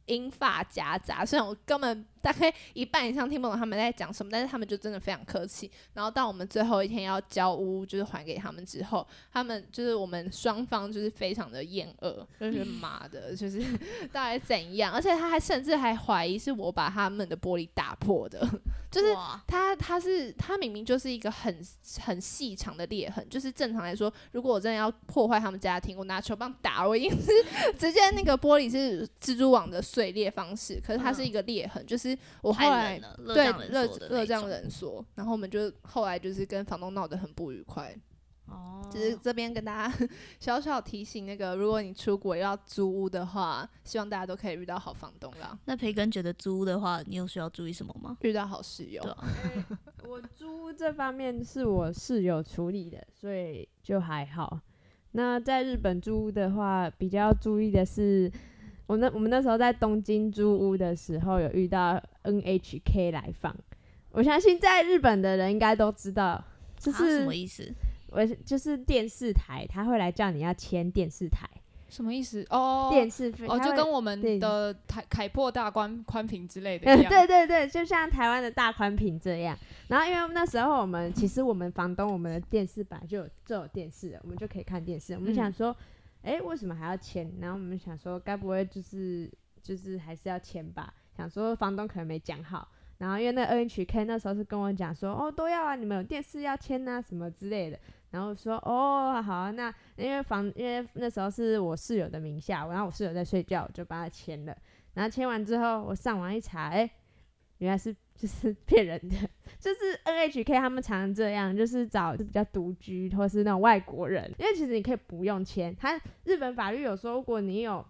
Speaker 1: 英法夹杂，虽然我根本大概一半以上听不懂他们在讲什么，但是他们就真的非常客气。然后到我们最后一天要交屋，就是还给他们之后，他们就是我们双方就是非常的厌恶，就是妈的，就是 到底怎样？而且他还甚至还怀疑是我把他们的玻璃打破的， 就是
Speaker 3: 哇
Speaker 1: 他他是他明明就是一个很很细长的裂痕，就是正常来说，如果我真的要破坏他们家庭，我拿球棒打，我一定是 直接那个玻璃是蜘蛛网的碎裂方式，可是它是一个裂痕，就是我后
Speaker 3: 嗯太
Speaker 1: 来
Speaker 3: 冷了，
Speaker 1: 对
Speaker 3: 热胀
Speaker 1: 热
Speaker 3: 冷缩的
Speaker 1: 热
Speaker 3: 那
Speaker 1: 胀
Speaker 3: 种
Speaker 1: 冷缩，然后我们就后来就是跟房东闹得很不愉快。
Speaker 3: 哦，
Speaker 1: 只是这边跟大家 小小提醒，那个如果你出国要租屋的话，希望大家都可以遇到好房东啦，
Speaker 3: 那培根觉得租屋的话，你有需要注意什么吗？
Speaker 1: 遇到好室友
Speaker 3: 对。
Speaker 4: 我租这方面是我室友处理的，所以就还好。那在日本租屋的话，比较注意的是，我那我们那时候在东京租屋的时候，有遇到 NHK 来访。我相信在日本的人应该都知道，就
Speaker 3: 啊什
Speaker 4: 是
Speaker 3: 么意思？
Speaker 4: 我就是电视台，他会来叫你要签电视台、
Speaker 2: 什么意思？哦，
Speaker 4: 电视费，
Speaker 2: 哦，
Speaker 4: 他
Speaker 2: 就
Speaker 4: 会
Speaker 2: 跟我们
Speaker 4: 对
Speaker 2: 的凯凯破大关宽屏之类的 一样。
Speaker 4: 对对对，就像台湾的大宽屏这样。然后因为那时候我们其实我们房东我们的电视本来就有就有电视了，我们就可以看电视。我们想说，哎、为什么还要签？然后我们想说，该不会就是就是还是要签吧？想说房东可能没讲好。然后因为那 NHK 那时候是跟我讲说，哦都要啊，你们有电视要签啊什么之类的。然后说哦好啊、那因为房因为那时候是我室友的名下，然后我室友在睡觉，我就帮他签了。然后签完之后，我上网一查，哎、原来是就是 骗人的，就是 NHK 他们常常这样，就是找比较独居或是那种外国人，因为其实你可以不用签，他日本法律有说，如果你有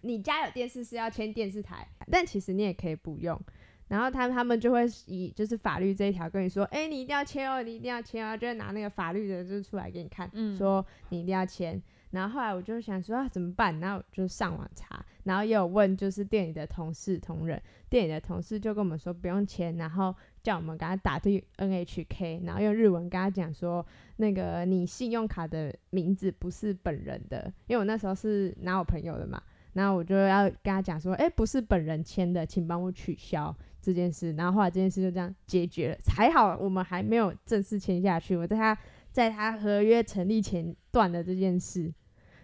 Speaker 4: 你家有电视是要签电视台，但其实你也可以不用。然后他他们就会以就是法律这一条跟你说，哎、你一定要签哦，你一定要签哦，就会拿那个法律的就是出来给你看，
Speaker 2: 嗯
Speaker 4: 说你一定要签。然后后来我就想说、啊、怎么办，然后我就上网查，然后也有问就是店里的同事同仁，店里的同事就跟我们说不用签，然后叫我们给他打对 NHK，然后用日文跟他讲说，那个你信用卡的名字不是本人的，因为我那时候是拿我朋友的嘛，然后我就要跟他讲说，哎、不是本人签的，请帮我取消这件事。然后后来这件事就这样解决了，还好我们还没有正式签下去，我在他在他合约成立前断了这件事。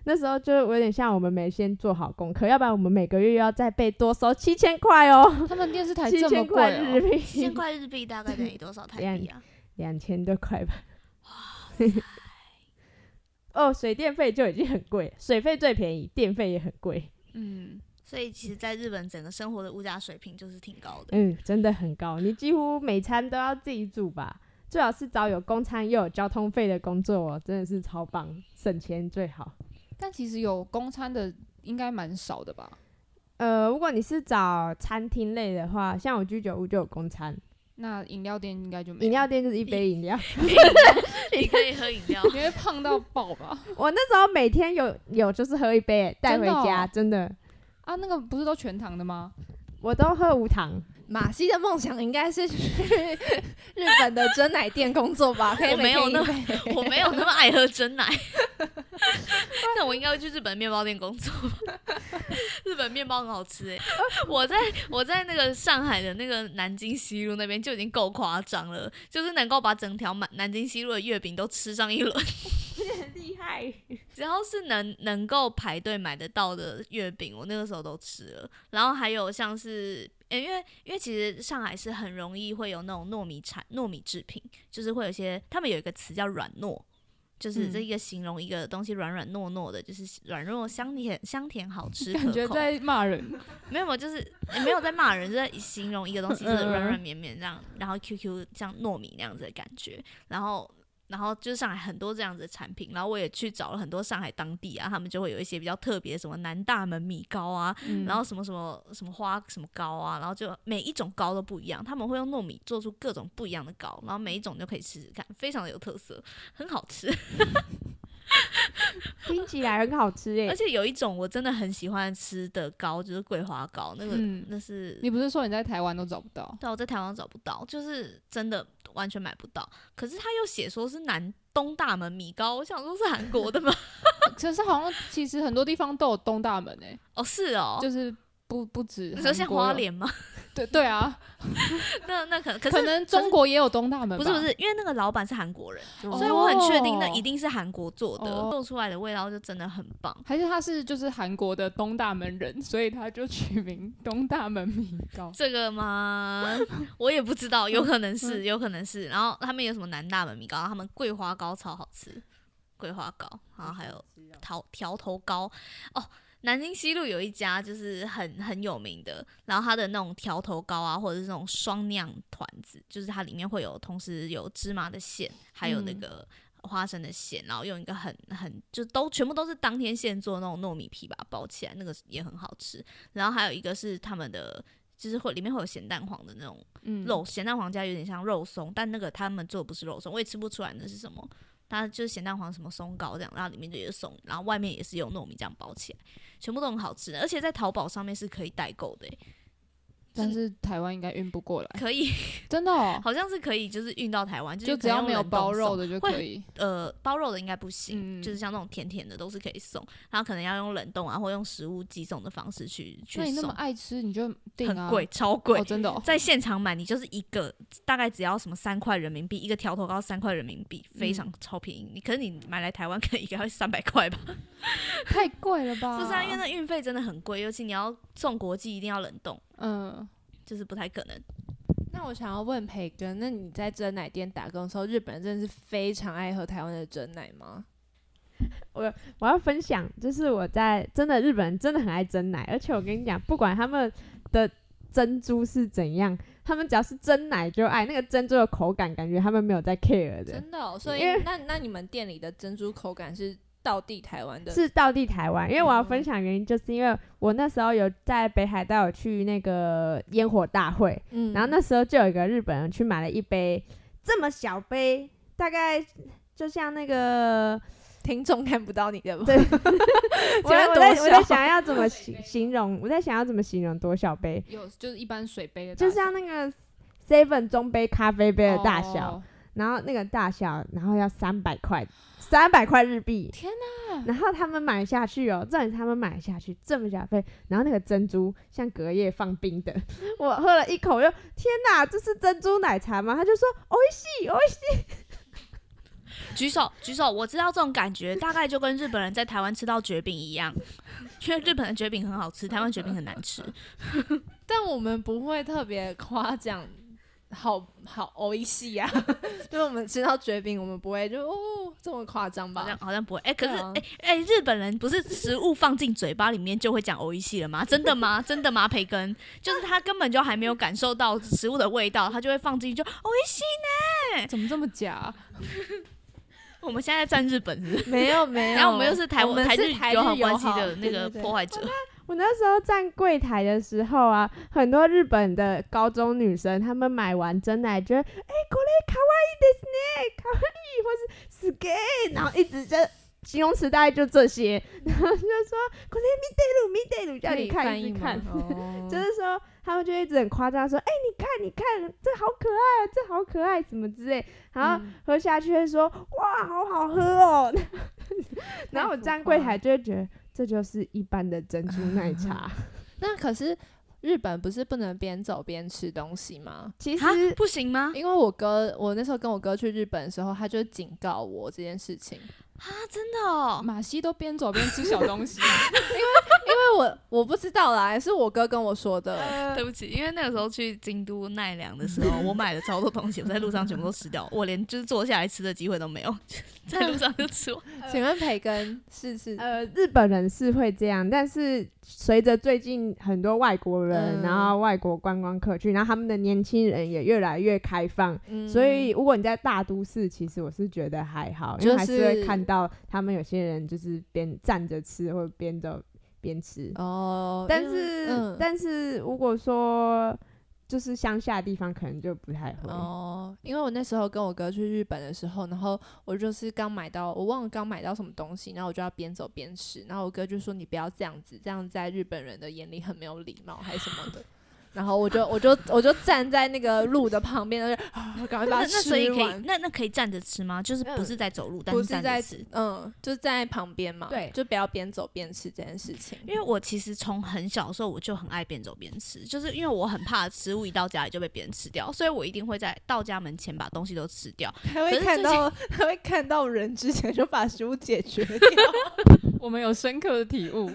Speaker 4: 那时候就有点像我们没先做好功课，要不然我们每个月又要再被多收七千块
Speaker 1: 啊
Speaker 4: 哦，
Speaker 2: 他们电视台
Speaker 4: 七
Speaker 2: 这么
Speaker 4: 千块
Speaker 2: 贵、
Speaker 4: 日
Speaker 2: 哦，
Speaker 4: 币，
Speaker 3: 七千块日币大概等于多少台币啊？
Speaker 4: 两千多块吧。哦，水电费就已经很贵，水费最便宜，电费也很贵。
Speaker 2: 嗯，
Speaker 3: 所以其实，在日本整个生活的物价水平就是挺高的。
Speaker 4: 嗯，真的很高，你几乎每餐都要自己煮吧，最好是找有公餐又有交通费的工作哦，真的是超棒，省钱最好。
Speaker 2: 但其实有公餐的应该蛮少的吧？
Speaker 4: 呃，如果你是找餐厅类的话，像我居酒屋就有公餐，
Speaker 2: 那饮料店应该就没有，
Speaker 4: 饮料店就是一杯饮料。
Speaker 3: 你可以喝饮料
Speaker 2: 你会胖到爆吧？
Speaker 4: 我那时候每天有有就是喝一杯带回家，真的,、哦
Speaker 2: 啊，那个不是都全糖的吗？
Speaker 4: 我都喝无糖。
Speaker 1: 马西的梦想应该是去 日本的真奶店工作吧？可以
Speaker 3: 我没有
Speaker 1: 每天一
Speaker 3: 那
Speaker 1: 杯
Speaker 3: 我没有那么爱喝真奶， 那我应该会去日本面包店工作吧。 日本面包很好吃哎、我在我在那个上海的那个南京西路那边就已经够夸张了，就是能够把整条满南京西路的月饼都吃上一轮。
Speaker 4: 很厉害。
Speaker 3: 只要是能能够排队买得到的月饼，我那个时候都吃了。然后还有像是，诶因为因为其实上海是很容易会有那种糯米产糯米制品，就是会有一些他们有一个词叫软糯。就是
Speaker 2: 嗯
Speaker 3: 这一个形容一个东西软软糯糯的，就是软糯香甜香甜好吃可口。
Speaker 2: 感觉在骂人。
Speaker 3: 没有，就是也没有在骂人，就在形容一个东西，就
Speaker 2: 嗯
Speaker 3: 是
Speaker 2: 嗯嗯
Speaker 3: 软软绵绵这样，然后 QQ 像糯米那样子的感觉，然后。然后就是上海很多这样子的产品，然后我也去找了很多上海当地啊，他们就会有一些比较特别，什么南大门米糕啊，
Speaker 2: 嗯
Speaker 3: 然后什么什么什么花什么糕啊，然后就每一种糕都不一样，他们会用糯米做出各种不一样的糕，然后每一种就可以试试看，非常的有特色，很好吃。
Speaker 4: 听起来很好吃诶
Speaker 3: 而。且有一种我真的很喜欢吃的糕，就是桂花糕，那个、
Speaker 2: 嗯
Speaker 3: 那是
Speaker 2: 你不是说你在台湾都找不到？
Speaker 3: 对啊，我在台湾找不到，就是真的完全买不到。可是他又写说是南东大门米糕，我想说是韩国的吗？
Speaker 2: 可是好像其实很多地方都有东大门诶、
Speaker 3: 哦，是哦，
Speaker 2: 就是不不止
Speaker 3: 你说像
Speaker 2: 韩国有
Speaker 3: 花，莲吗？
Speaker 2: 对对啊，
Speaker 3: 那那可能可是
Speaker 2: 可能中国也有东大门吧，
Speaker 3: 不是不是，因为那个老板是韩国人，
Speaker 2: 哦
Speaker 3: 所以我很确定那一定是韩国做的，
Speaker 2: 哦
Speaker 3: 做出来的味道就真的很棒。
Speaker 2: 还是他是就是韩国的东大门人，所以他就取名东大门米糕。
Speaker 3: 这个吗？ 我也不知道，有可能是，有可能是。然后他们有什么南大门米糕，然后他们桂花糕超好吃，桂花糕，然后还有桃条头糕。哦，南京西路有一家就是很很有名的，然后它的那种条头糕啊，或者是那种双酿团子，就是它里面会有同时有芝麻的馅，还有那
Speaker 2: 嗯
Speaker 3: 个。花生的馅，然后用一个很很就都全部都是当天现做的那种糯米皮把它包起来，那个也很好吃。然后还有一个是他们的就是会里面会有咸蛋黄的那种
Speaker 2: 嗯
Speaker 3: 肉，咸蛋黄加有点像肉松，但那个他们做的不是肉松，我也吃不出来那是什么。它就是咸蛋黄什么松糕这样，然后里面就有松，然后外面也是用糯米这样包起来，全部都很好吃的，而且在淘宝上面是可以代购的欸，
Speaker 2: 但是台湾应该运不过来，
Speaker 3: 可以，
Speaker 2: 真的、哦，
Speaker 3: 好像是可以，就是运到台湾，就是
Speaker 2: 就只要没有包肉
Speaker 3: 的，
Speaker 2: 的就可以。
Speaker 3: 呃，包肉的应该不行，
Speaker 2: 嗯
Speaker 3: 就是像那种甜甜的都是可以送，然后可能要用冷冻啊，或用食物寄送的方式去去
Speaker 2: 那你那么
Speaker 3: 送，
Speaker 2: 爱吃，你就订啊，
Speaker 3: 很贵，超贵
Speaker 2: 哦，，真的、哦，
Speaker 3: 在现场买，你就是一个大概只要什么三块人民币，一个条头膏三块人民币，非常超便宜。你可是你买来台湾可能一个要三百块吧？
Speaker 2: 太贵了吧？
Speaker 3: 不是啊，因为那运费真的很贵，尤其你要送国际一定要冷冻，
Speaker 2: 嗯，
Speaker 3: 就是不太可能。
Speaker 1: 那我想要问培根，那你在真奶店打工的时候，日本人真的是非常爱喝台湾的真奶吗？
Speaker 4: 我要分享，就是我在真的日本人真的很爱蒸奶，而且我跟你讲，不管他们的珍珠是怎样，他们只要是蒸奶就爱，那个珍珠的口感，感觉他们没 有在 care 的。
Speaker 1: 真的、哦，所以
Speaker 4: 因为
Speaker 1: 那那你们店里的珍珠口感是到地台湾的，
Speaker 4: 是到地台湾，因为我要分
Speaker 1: 嗯
Speaker 4: 享原因，就是因为我那时候有在北海道有去那个烟火大会，
Speaker 1: 嗯
Speaker 4: 然后那时候就有一个日本人去买了一杯这么小杯，大概就像那个
Speaker 1: 听众 看不到你的，
Speaker 4: 对我
Speaker 1: 请问
Speaker 4: 我
Speaker 1: 多
Speaker 4: 在我在
Speaker 1: 小
Speaker 4: 想要怎么形形容，我在想要怎么形容多小杯，
Speaker 2: 有就是一般水杯的大
Speaker 4: 就
Speaker 2: 小，
Speaker 4: 像那个 seven 中杯咖啡杯的大小，
Speaker 2: 哦
Speaker 4: 然后那个大小，然后要三百块，三百块日币。
Speaker 2: 天
Speaker 4: 哪！然后他们买下去哦，重点是他们买下去这么小杯，然后那个珍珠像隔夜放冰的， 我喝了一口就天哪，这是珍珠奶茶吗？他就说哦西哦西，
Speaker 3: 举手，举手，我知道这种感觉，大概就跟日本人在台湾吃到卷饼一样， 因为日本的卷饼很好吃，台湾卷饼很难吃。
Speaker 1: 但我们不会特别夸奖，好好欧一系呀， 就是我们吃到绝饼，我们不会就哦这么夸张
Speaker 3: 好像
Speaker 1: 吧？
Speaker 3: 好像不会，哎、可是
Speaker 1: 对
Speaker 3: 哎
Speaker 1: 啊
Speaker 3: 哎、日本人不是食物放进嘴巴里面就会讲欧一系了吗？真的吗？真的吗？培根，就是他根本就还没有感受到食物的味道，他就会放进去就欧一系。
Speaker 2: 怎么这么假啊、
Speaker 3: 我们现在在站日本是不是
Speaker 1: 没有没有，
Speaker 3: 然后我们又是台
Speaker 1: 我们
Speaker 3: 台
Speaker 1: 是
Speaker 3: 日
Speaker 1: 台
Speaker 3: 友
Speaker 1: 日
Speaker 3: 好
Speaker 1: 友
Speaker 3: 关系
Speaker 1: 好
Speaker 3: 的那
Speaker 1: 对
Speaker 3: 个
Speaker 1: 对对
Speaker 3: 破坏者，
Speaker 4: 我那时候站柜台的时候啊，很多日本的高中女生，她们买完真奶觉得，哎、これ可愛いですね，可愛い，或是 s gay，然后一直在形容词大概就这些， 然后就说これ見てる見てる，叫
Speaker 1: 可
Speaker 4: 你
Speaker 1: 以
Speaker 4: 看
Speaker 1: 翻
Speaker 4: 一
Speaker 1: 译
Speaker 4: 直看
Speaker 1: 吗，？ 哦
Speaker 4: 就是说他们就一直很夸张地说，哎、你看你看，这好可爱，这好可爱，什么之类，然后
Speaker 1: 嗯
Speaker 4: 喝下去会说，哇，好好喝哦，然后我站柜台就会觉得这就是一般的珍珠奶 茶。
Speaker 1: 那可是日本不是不能边走边吃东西吗？
Speaker 4: 其
Speaker 3: 啊
Speaker 4: 实
Speaker 3: 不行吗？
Speaker 1: 因为我哥，我那时候跟我哥去日本的时候，他就警告我这件事情，因
Speaker 3: 啊，真的哦，
Speaker 2: 马西都边走边吃小 东西，
Speaker 1: 为我我不知道啦，是我哥跟我说的。
Speaker 4: 呃
Speaker 3: 对不起，因为那个时候去京都奈良的时候，我买了超多东西，我在路上全部都吃掉，我连就是坐下来吃的机会都没有， 在路上就吃完。
Speaker 1: 请问培根是是
Speaker 4: 呃，日本人是会这样，但是随着最近很多外国人，
Speaker 1: 嗯
Speaker 4: 然后外国观光客去，然后他们的年轻人也越来越开放，
Speaker 1: 嗯
Speaker 4: 所以如果你在大都市，其实我是觉得还好，因为还是
Speaker 1: 就是
Speaker 4: 会看到他们有些人就是边站着吃或者边走边吃。
Speaker 1: 哦，
Speaker 4: 但
Speaker 1: 因为
Speaker 4: 是，
Speaker 1: 嗯
Speaker 4: 但是如果说就是乡下地方，可能就不太会。
Speaker 1: 哦，因为我那时候跟我哥去日本的时候，然后我就是刚买到，我忘了刚买到什么东西，然后我就要边走边吃，然后我哥就说你不要这样子，这样在日本人的眼里很没有礼貌还是什么的。然后我就我就我就站在那个路的旁边，然后就、啊、我赶快
Speaker 3: 那
Speaker 1: 把它
Speaker 3: 那所以
Speaker 1: 吃
Speaker 3: 可以，
Speaker 1: 完。嗯
Speaker 3: 那那可以站着吃吗？就是不是在走路，但
Speaker 1: 不是
Speaker 3: 站
Speaker 1: 在
Speaker 3: 着吃。
Speaker 1: 嗯，就站在旁边嘛，
Speaker 4: 对
Speaker 1: 就不要边走边吃这件事情。
Speaker 3: 因为我其实从很小的时候我就很爱边走边吃，就是因为我很怕食物一到家里就被别人吃掉，所以我一定会在到家门前把东西都吃掉。
Speaker 1: 他
Speaker 3: 可
Speaker 1: 会
Speaker 3: 是
Speaker 1: 看
Speaker 3: 最
Speaker 1: 到他会看到人之前就把食物解决 掉，他
Speaker 2: 我们有深刻的体悟。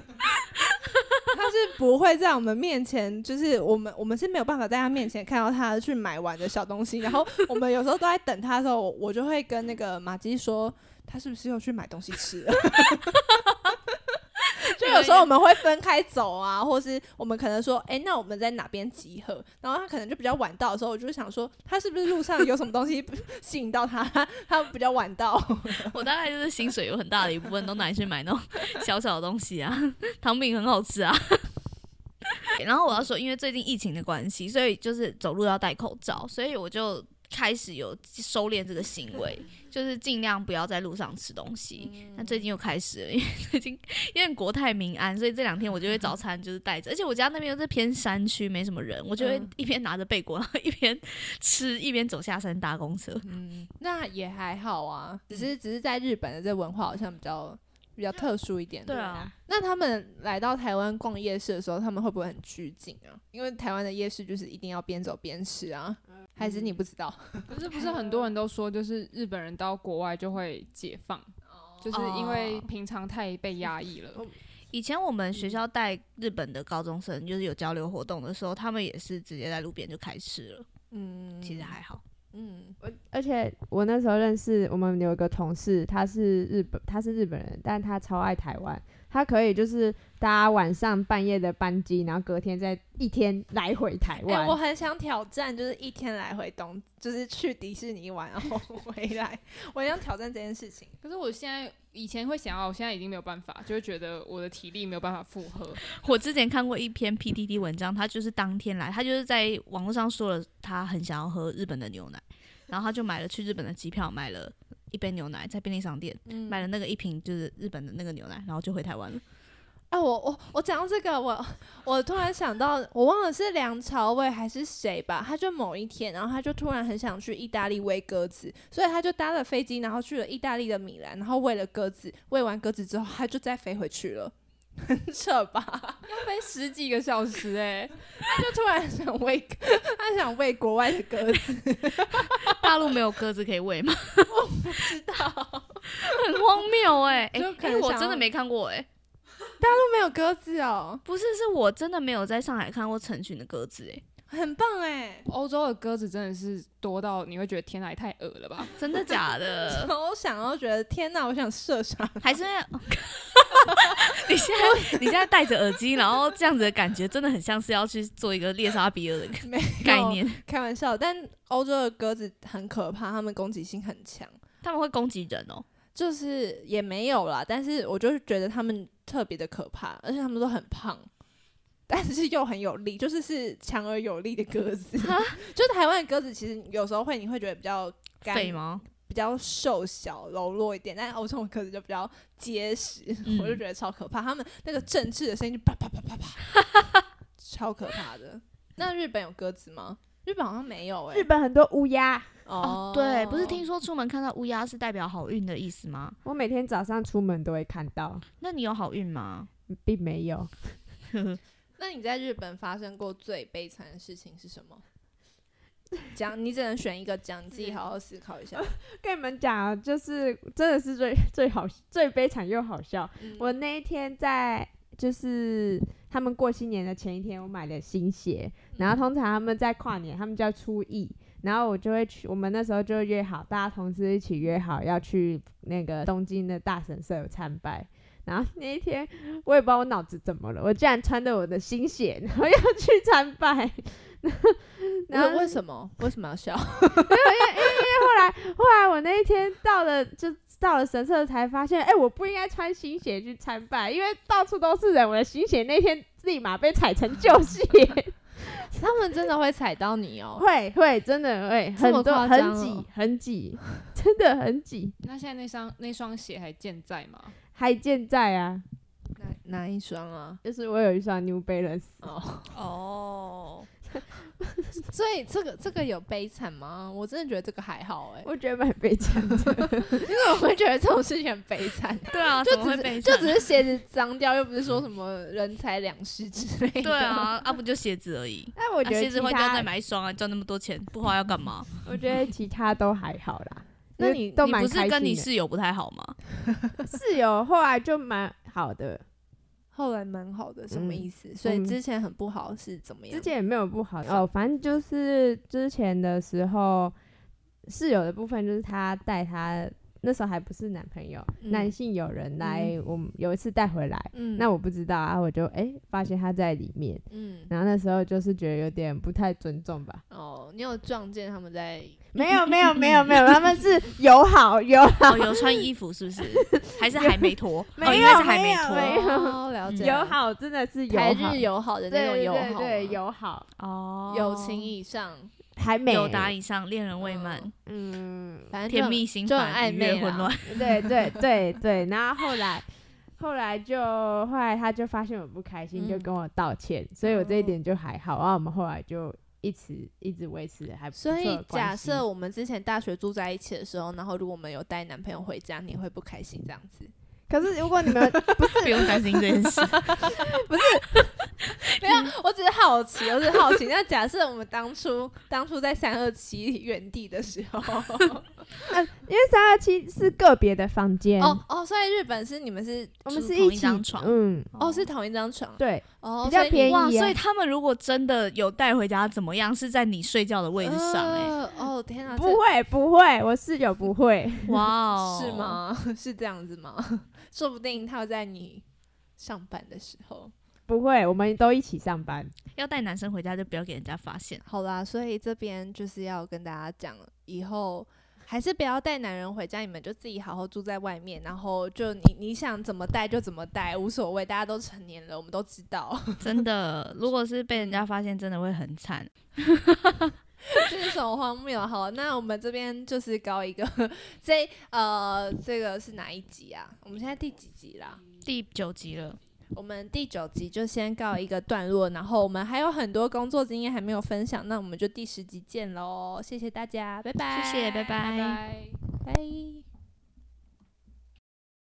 Speaker 1: 是不会在我们面前，就是我们我们是没有办法在他面前看到他去买完的小东西。然后我们有时候都在等他的时候，我我就会跟那个马基说，他是不是又去买东西吃了？ 就有时候我们会分开走啊，或是我们可能说，哎、那我们在哪边集合？然后他可能就比较晚到的时候，我就想说，他是不是路上有什么东西 吸引到他？他他比较晚到，
Speaker 3: 我大概就是薪水有很大的一部分都拿来去买 那种小小的东西啊，糖饼很好吃啊。然后我要说，因为最近疫情的关系，所以就是走路要戴口罩，所以我就开始有收敛这个行为，就是尽量不要在路上吃东西。那最近又开始了，因为最近因为国泰民安，所以这两天我就会早餐就是带着，而且我家那边又是偏山区，没什么人，我就会
Speaker 1: 嗯
Speaker 3: 一边拿着贝果，然后一边吃，一边走下山搭公车。
Speaker 1: 嗯，那也还好啊，
Speaker 3: 嗯
Speaker 1: 只是只是在日本的这文化好像比较比较特殊一点。
Speaker 3: 对啊，
Speaker 1: 那他们来到台湾逛夜市的时候，他们会不会很拘谨啊？因为台湾的夜市就是一定要边走边吃啊，还是你不知道？
Speaker 2: 可是不是很多人都说，就是日本人到国外就会解放，
Speaker 1: 哦
Speaker 2: 就是因为平常太被压抑了。
Speaker 3: 以前我们学
Speaker 1: 嗯
Speaker 3: 校带日本的高中生，就是有交流活动的时候，他们也是直接在路边就开吃了，
Speaker 1: 嗯，
Speaker 3: 其实还好。
Speaker 1: 嗯，
Speaker 4: 我而且我那时候认识我们有一个同事，他是日本，他是日本人，但他超爱台湾。他可以就是搭晚上半夜的班机，然后隔天再一天来回台
Speaker 1: 哎、
Speaker 4: 湾。
Speaker 1: 我很想挑战，就是一天来回东，就是去迪士尼玩然后回来，我很想挑战这件事情。
Speaker 2: 可是我现在以前会想要，我现在已经没有办法，就会觉得我的体力没有办法负荷。
Speaker 3: 我之前看过一篇 PTT 文章，他就是当天来，他就是在网络上说了他很想要喝日本的牛奶，然后他就买了去日本的机票，买了一杯牛奶，在便利商店
Speaker 1: 嗯
Speaker 3: 买了那个一瓶就是日本的那个牛奶，然后就回台湾了。
Speaker 1: 哎、我我我讲到这个，我我突然想到，我忘了是梁朝伟还是谁吧，他就某一天，然后他就突然很想去意大利喂鸽子，所以他就搭了飞机，然后去了意大利的米兰，然后喂了鸽子，喂完鸽子之后，他就再飞回去了， 很扯吧？
Speaker 2: 飞十几个小时哎、
Speaker 1: 他就突然想喂，他想喂国外的鸽 子，
Speaker 3: 大陆没有鸽子可以喂吗？
Speaker 1: 知道？ 都
Speaker 3: 很荒谬哎、欸！
Speaker 1: 就
Speaker 3: 哎、
Speaker 1: 可能
Speaker 3: 我
Speaker 1: 想
Speaker 3: 真的
Speaker 1: 要
Speaker 3: 没看过哎、
Speaker 1: 没有鸽子哦，
Speaker 3: 不是，是我真的没有在上海看过成群的鸽子哎、
Speaker 1: 很棒哎，
Speaker 2: 欧洲的鸽子真的是多到你会觉得天哪，也太恶了吧？
Speaker 3: 真的假
Speaker 2: 呃
Speaker 3: 的？
Speaker 1: 我想要觉得天哪，我想射杀
Speaker 3: 还是因为 你现在你现在戴着耳机，然后这样子的感觉，真的很像是要去做一个猎杀比尔的
Speaker 1: 没有
Speaker 3: 概念。
Speaker 1: 开玩笑，但欧洲的鸽子很可怕，它们攻击性很强，
Speaker 3: 他们会攻击人哦，
Speaker 1: 就是也没有啦。但是我就是觉得它们特别的可怕，而且它们都很胖， 但是又很有力，就是是强而有力的鸽子。就台湾的鸽子其实有时候会你会觉得比较干
Speaker 3: 废吗？
Speaker 1: 比较瘦小柔弱一点，但欧洲的鸽子就比较结实，
Speaker 3: 嗯
Speaker 1: 我就觉得超可怕。它们那个振翅的声音就啪啪啪啪啪，超可怕的。那日本有鸽子吗？日本好像没有哎、
Speaker 4: 日本很多乌鸦，
Speaker 1: 哦，
Speaker 3: 对，不是听说出门看到乌鸦是代表好运的意思吗？
Speaker 4: 我每天早上出门都会看到，
Speaker 3: 那你有好运吗？
Speaker 4: 并没 有。
Speaker 1: 那你在日本发生过最悲惨的事情是什 么？讲，你只能选一个讲，你自己好好思考一下。
Speaker 4: 跟你们讲啊，就是真的是最最好最悲惨又好笑。
Speaker 1: 嗯
Speaker 4: 我那一天在就是他们过新年的前一天，我买了新鞋，然后通常他们在跨年，他们叫初一。然后我就会去，我们那时候就约好，大家同事一起约好要去那个东京的大神社有参拜。然后那一天，我也不知道我脑子怎么了，我竟然穿着我的新鞋，然后要去参拜。 然后
Speaker 1: 为为什么为什么要笑？
Speaker 4: 后来后来我那一天到了，就到了神社才发现，哎、我不应该穿新鞋去参拜，因为到处都是人，我的新鞋那天立马被踩成旧鞋，
Speaker 1: 他们真的会踩到你哦。
Speaker 4: 会会真的会
Speaker 1: 这
Speaker 4: 很
Speaker 1: 么
Speaker 4: 多
Speaker 1: 夸张
Speaker 4: 很
Speaker 1: 哦
Speaker 4: 挤很挤，真的很挤，
Speaker 2: 那现在那双那双鞋还健在吗？
Speaker 4: 还健在啊，
Speaker 1: 哪 哪一双啊？
Speaker 4: 就是我有一双 New Balance，
Speaker 1: 哦，
Speaker 3: 哦，
Speaker 1: 所以这个这个有悲惨吗？我真的觉得这个还好哎、
Speaker 4: 我觉得蛮悲惨 的，
Speaker 1: 因为我会觉得这种事情很悲 惨，
Speaker 3: 对啊，
Speaker 1: 就
Speaker 3: 怎么
Speaker 1: 只
Speaker 3: 会
Speaker 1: 是
Speaker 3: 被
Speaker 1: 就
Speaker 3: 抢
Speaker 1: 只是鞋子脏掉，又不是说什么人财两失之类的。
Speaker 3: 对，啊，啊不就鞋子而已。
Speaker 4: 但我
Speaker 3: 啊
Speaker 4: 觉得
Speaker 3: 鞋
Speaker 4: 其
Speaker 3: 子花掉再
Speaker 4: 他，
Speaker 3: 买一双啊，赚那么多钱不花要干嘛？
Speaker 4: 我觉得其他都还好啦。
Speaker 1: 那
Speaker 4: 因为
Speaker 1: 你
Speaker 4: 都
Speaker 3: 你
Speaker 4: 蛮
Speaker 3: 不
Speaker 4: 开
Speaker 3: 是跟你
Speaker 4: 心
Speaker 3: 室友不太好吗？
Speaker 4: 的室友后来就蛮好的，
Speaker 1: 后来蛮好的，什么
Speaker 4: 嗯
Speaker 1: 意思？所以
Speaker 4: 嗯
Speaker 1: 之前很不好是怎么样？
Speaker 4: 之前也没有不好哦，反正就是之前的时候，室友的部分就是他带他那时候还不是男朋友，
Speaker 1: 嗯
Speaker 4: 男性友人来，我们有一次带回来，
Speaker 1: 嗯
Speaker 4: 那我不知道啊，我就哎、发现他在里面，
Speaker 1: 嗯
Speaker 4: 然后那时候就是觉得有点不太尊重吧，
Speaker 1: 哦，你有撞见他们在
Speaker 4: 没有没有没有没有，他们是 友好友 好
Speaker 3: 哦，有穿衣服是不是？还是还没脱？
Speaker 4: 没
Speaker 3: 哦，
Speaker 4: 有
Speaker 3: 应该是还没
Speaker 4: 没
Speaker 3: 脱
Speaker 4: 有
Speaker 1: 哦，了解
Speaker 4: 友好真的是友
Speaker 1: 台
Speaker 4: 好
Speaker 1: 日，友好的那种
Speaker 4: 对
Speaker 1: 友
Speaker 4: 对
Speaker 1: 好
Speaker 4: 对
Speaker 1: 吗
Speaker 4: 友好，
Speaker 3: 哦
Speaker 1: 友情以上，
Speaker 4: 还没
Speaker 3: 友达以上，恋人未满
Speaker 1: 嗯，
Speaker 4: 嗯。
Speaker 1: 反正就
Speaker 3: 甜蜜心
Speaker 1: 就很
Speaker 3: 烦，
Speaker 1: 暧
Speaker 3: 愉
Speaker 1: 昧
Speaker 3: 悦
Speaker 1: 啦
Speaker 3: 混乱。
Speaker 4: 对对对对，然后后来后来就后来他就发现我不开心，就
Speaker 1: 嗯
Speaker 4: 跟我道歉，所以我这一
Speaker 1: 哦
Speaker 4: 点就还好。然后我们后来就一直一直维持还不错
Speaker 1: 所
Speaker 4: 的
Speaker 1: 以
Speaker 4: 关
Speaker 1: 假
Speaker 4: 系
Speaker 1: 设我们之前大学住在一起的时候，然后如果我们有带男朋友回家，你会不开心这样子？
Speaker 4: 可是如果你们
Speaker 3: 不用担心这件事。
Speaker 1: 没有，我只是好奇，我只是 好奇。那假设我们当初当初在三二七原地的时候，
Speaker 4: 因为三二七是个别的房间，
Speaker 1: 哦哦，所以日本是你们是
Speaker 4: 我们
Speaker 3: 住
Speaker 4: 是
Speaker 3: 同
Speaker 4: 一
Speaker 3: 一
Speaker 4: 起
Speaker 3: 张床
Speaker 4: 嗯，
Speaker 1: 哦是同一张床
Speaker 4: 对，
Speaker 1: 哦，
Speaker 4: 比较
Speaker 1: 所以你
Speaker 4: 便宜
Speaker 3: 哇，
Speaker 4: 耶
Speaker 3: 所以他们如果真的有带回家，怎么样？是在你睡觉的位置上哎、
Speaker 1: 呃哦天啊，这
Speaker 4: 不会不会，我室友不会，
Speaker 3: 哇哦，
Speaker 1: 是？吗？ 是这样子吗？说不定他会在你上班的时候。
Speaker 4: 不会，我们都一起上班，
Speaker 3: 要带男生回家就不要给人家发现。
Speaker 1: 好啦，所以这边就是要跟大家讲，以后还是不要带男人回家，你们就自己好好住在外面，然后就你你想怎么带就怎么带，无所谓，大家都成年了，我们都知道。
Speaker 3: 真的，如果是被人家发现，真的会很惨。
Speaker 1: 这是什么荒谬？好，那我们这边就是搞一个 这呃，这个是哪一集啊？我们现在第几集啦？
Speaker 3: 第九集了，
Speaker 1: 我们第九集就先告一个段落，然后我们还有很多工作经验还没有分享，那我们就第十集见喽！谢谢大家，拜拜，
Speaker 3: 谢谢，拜拜
Speaker 2: 拜。
Speaker 1: 拜。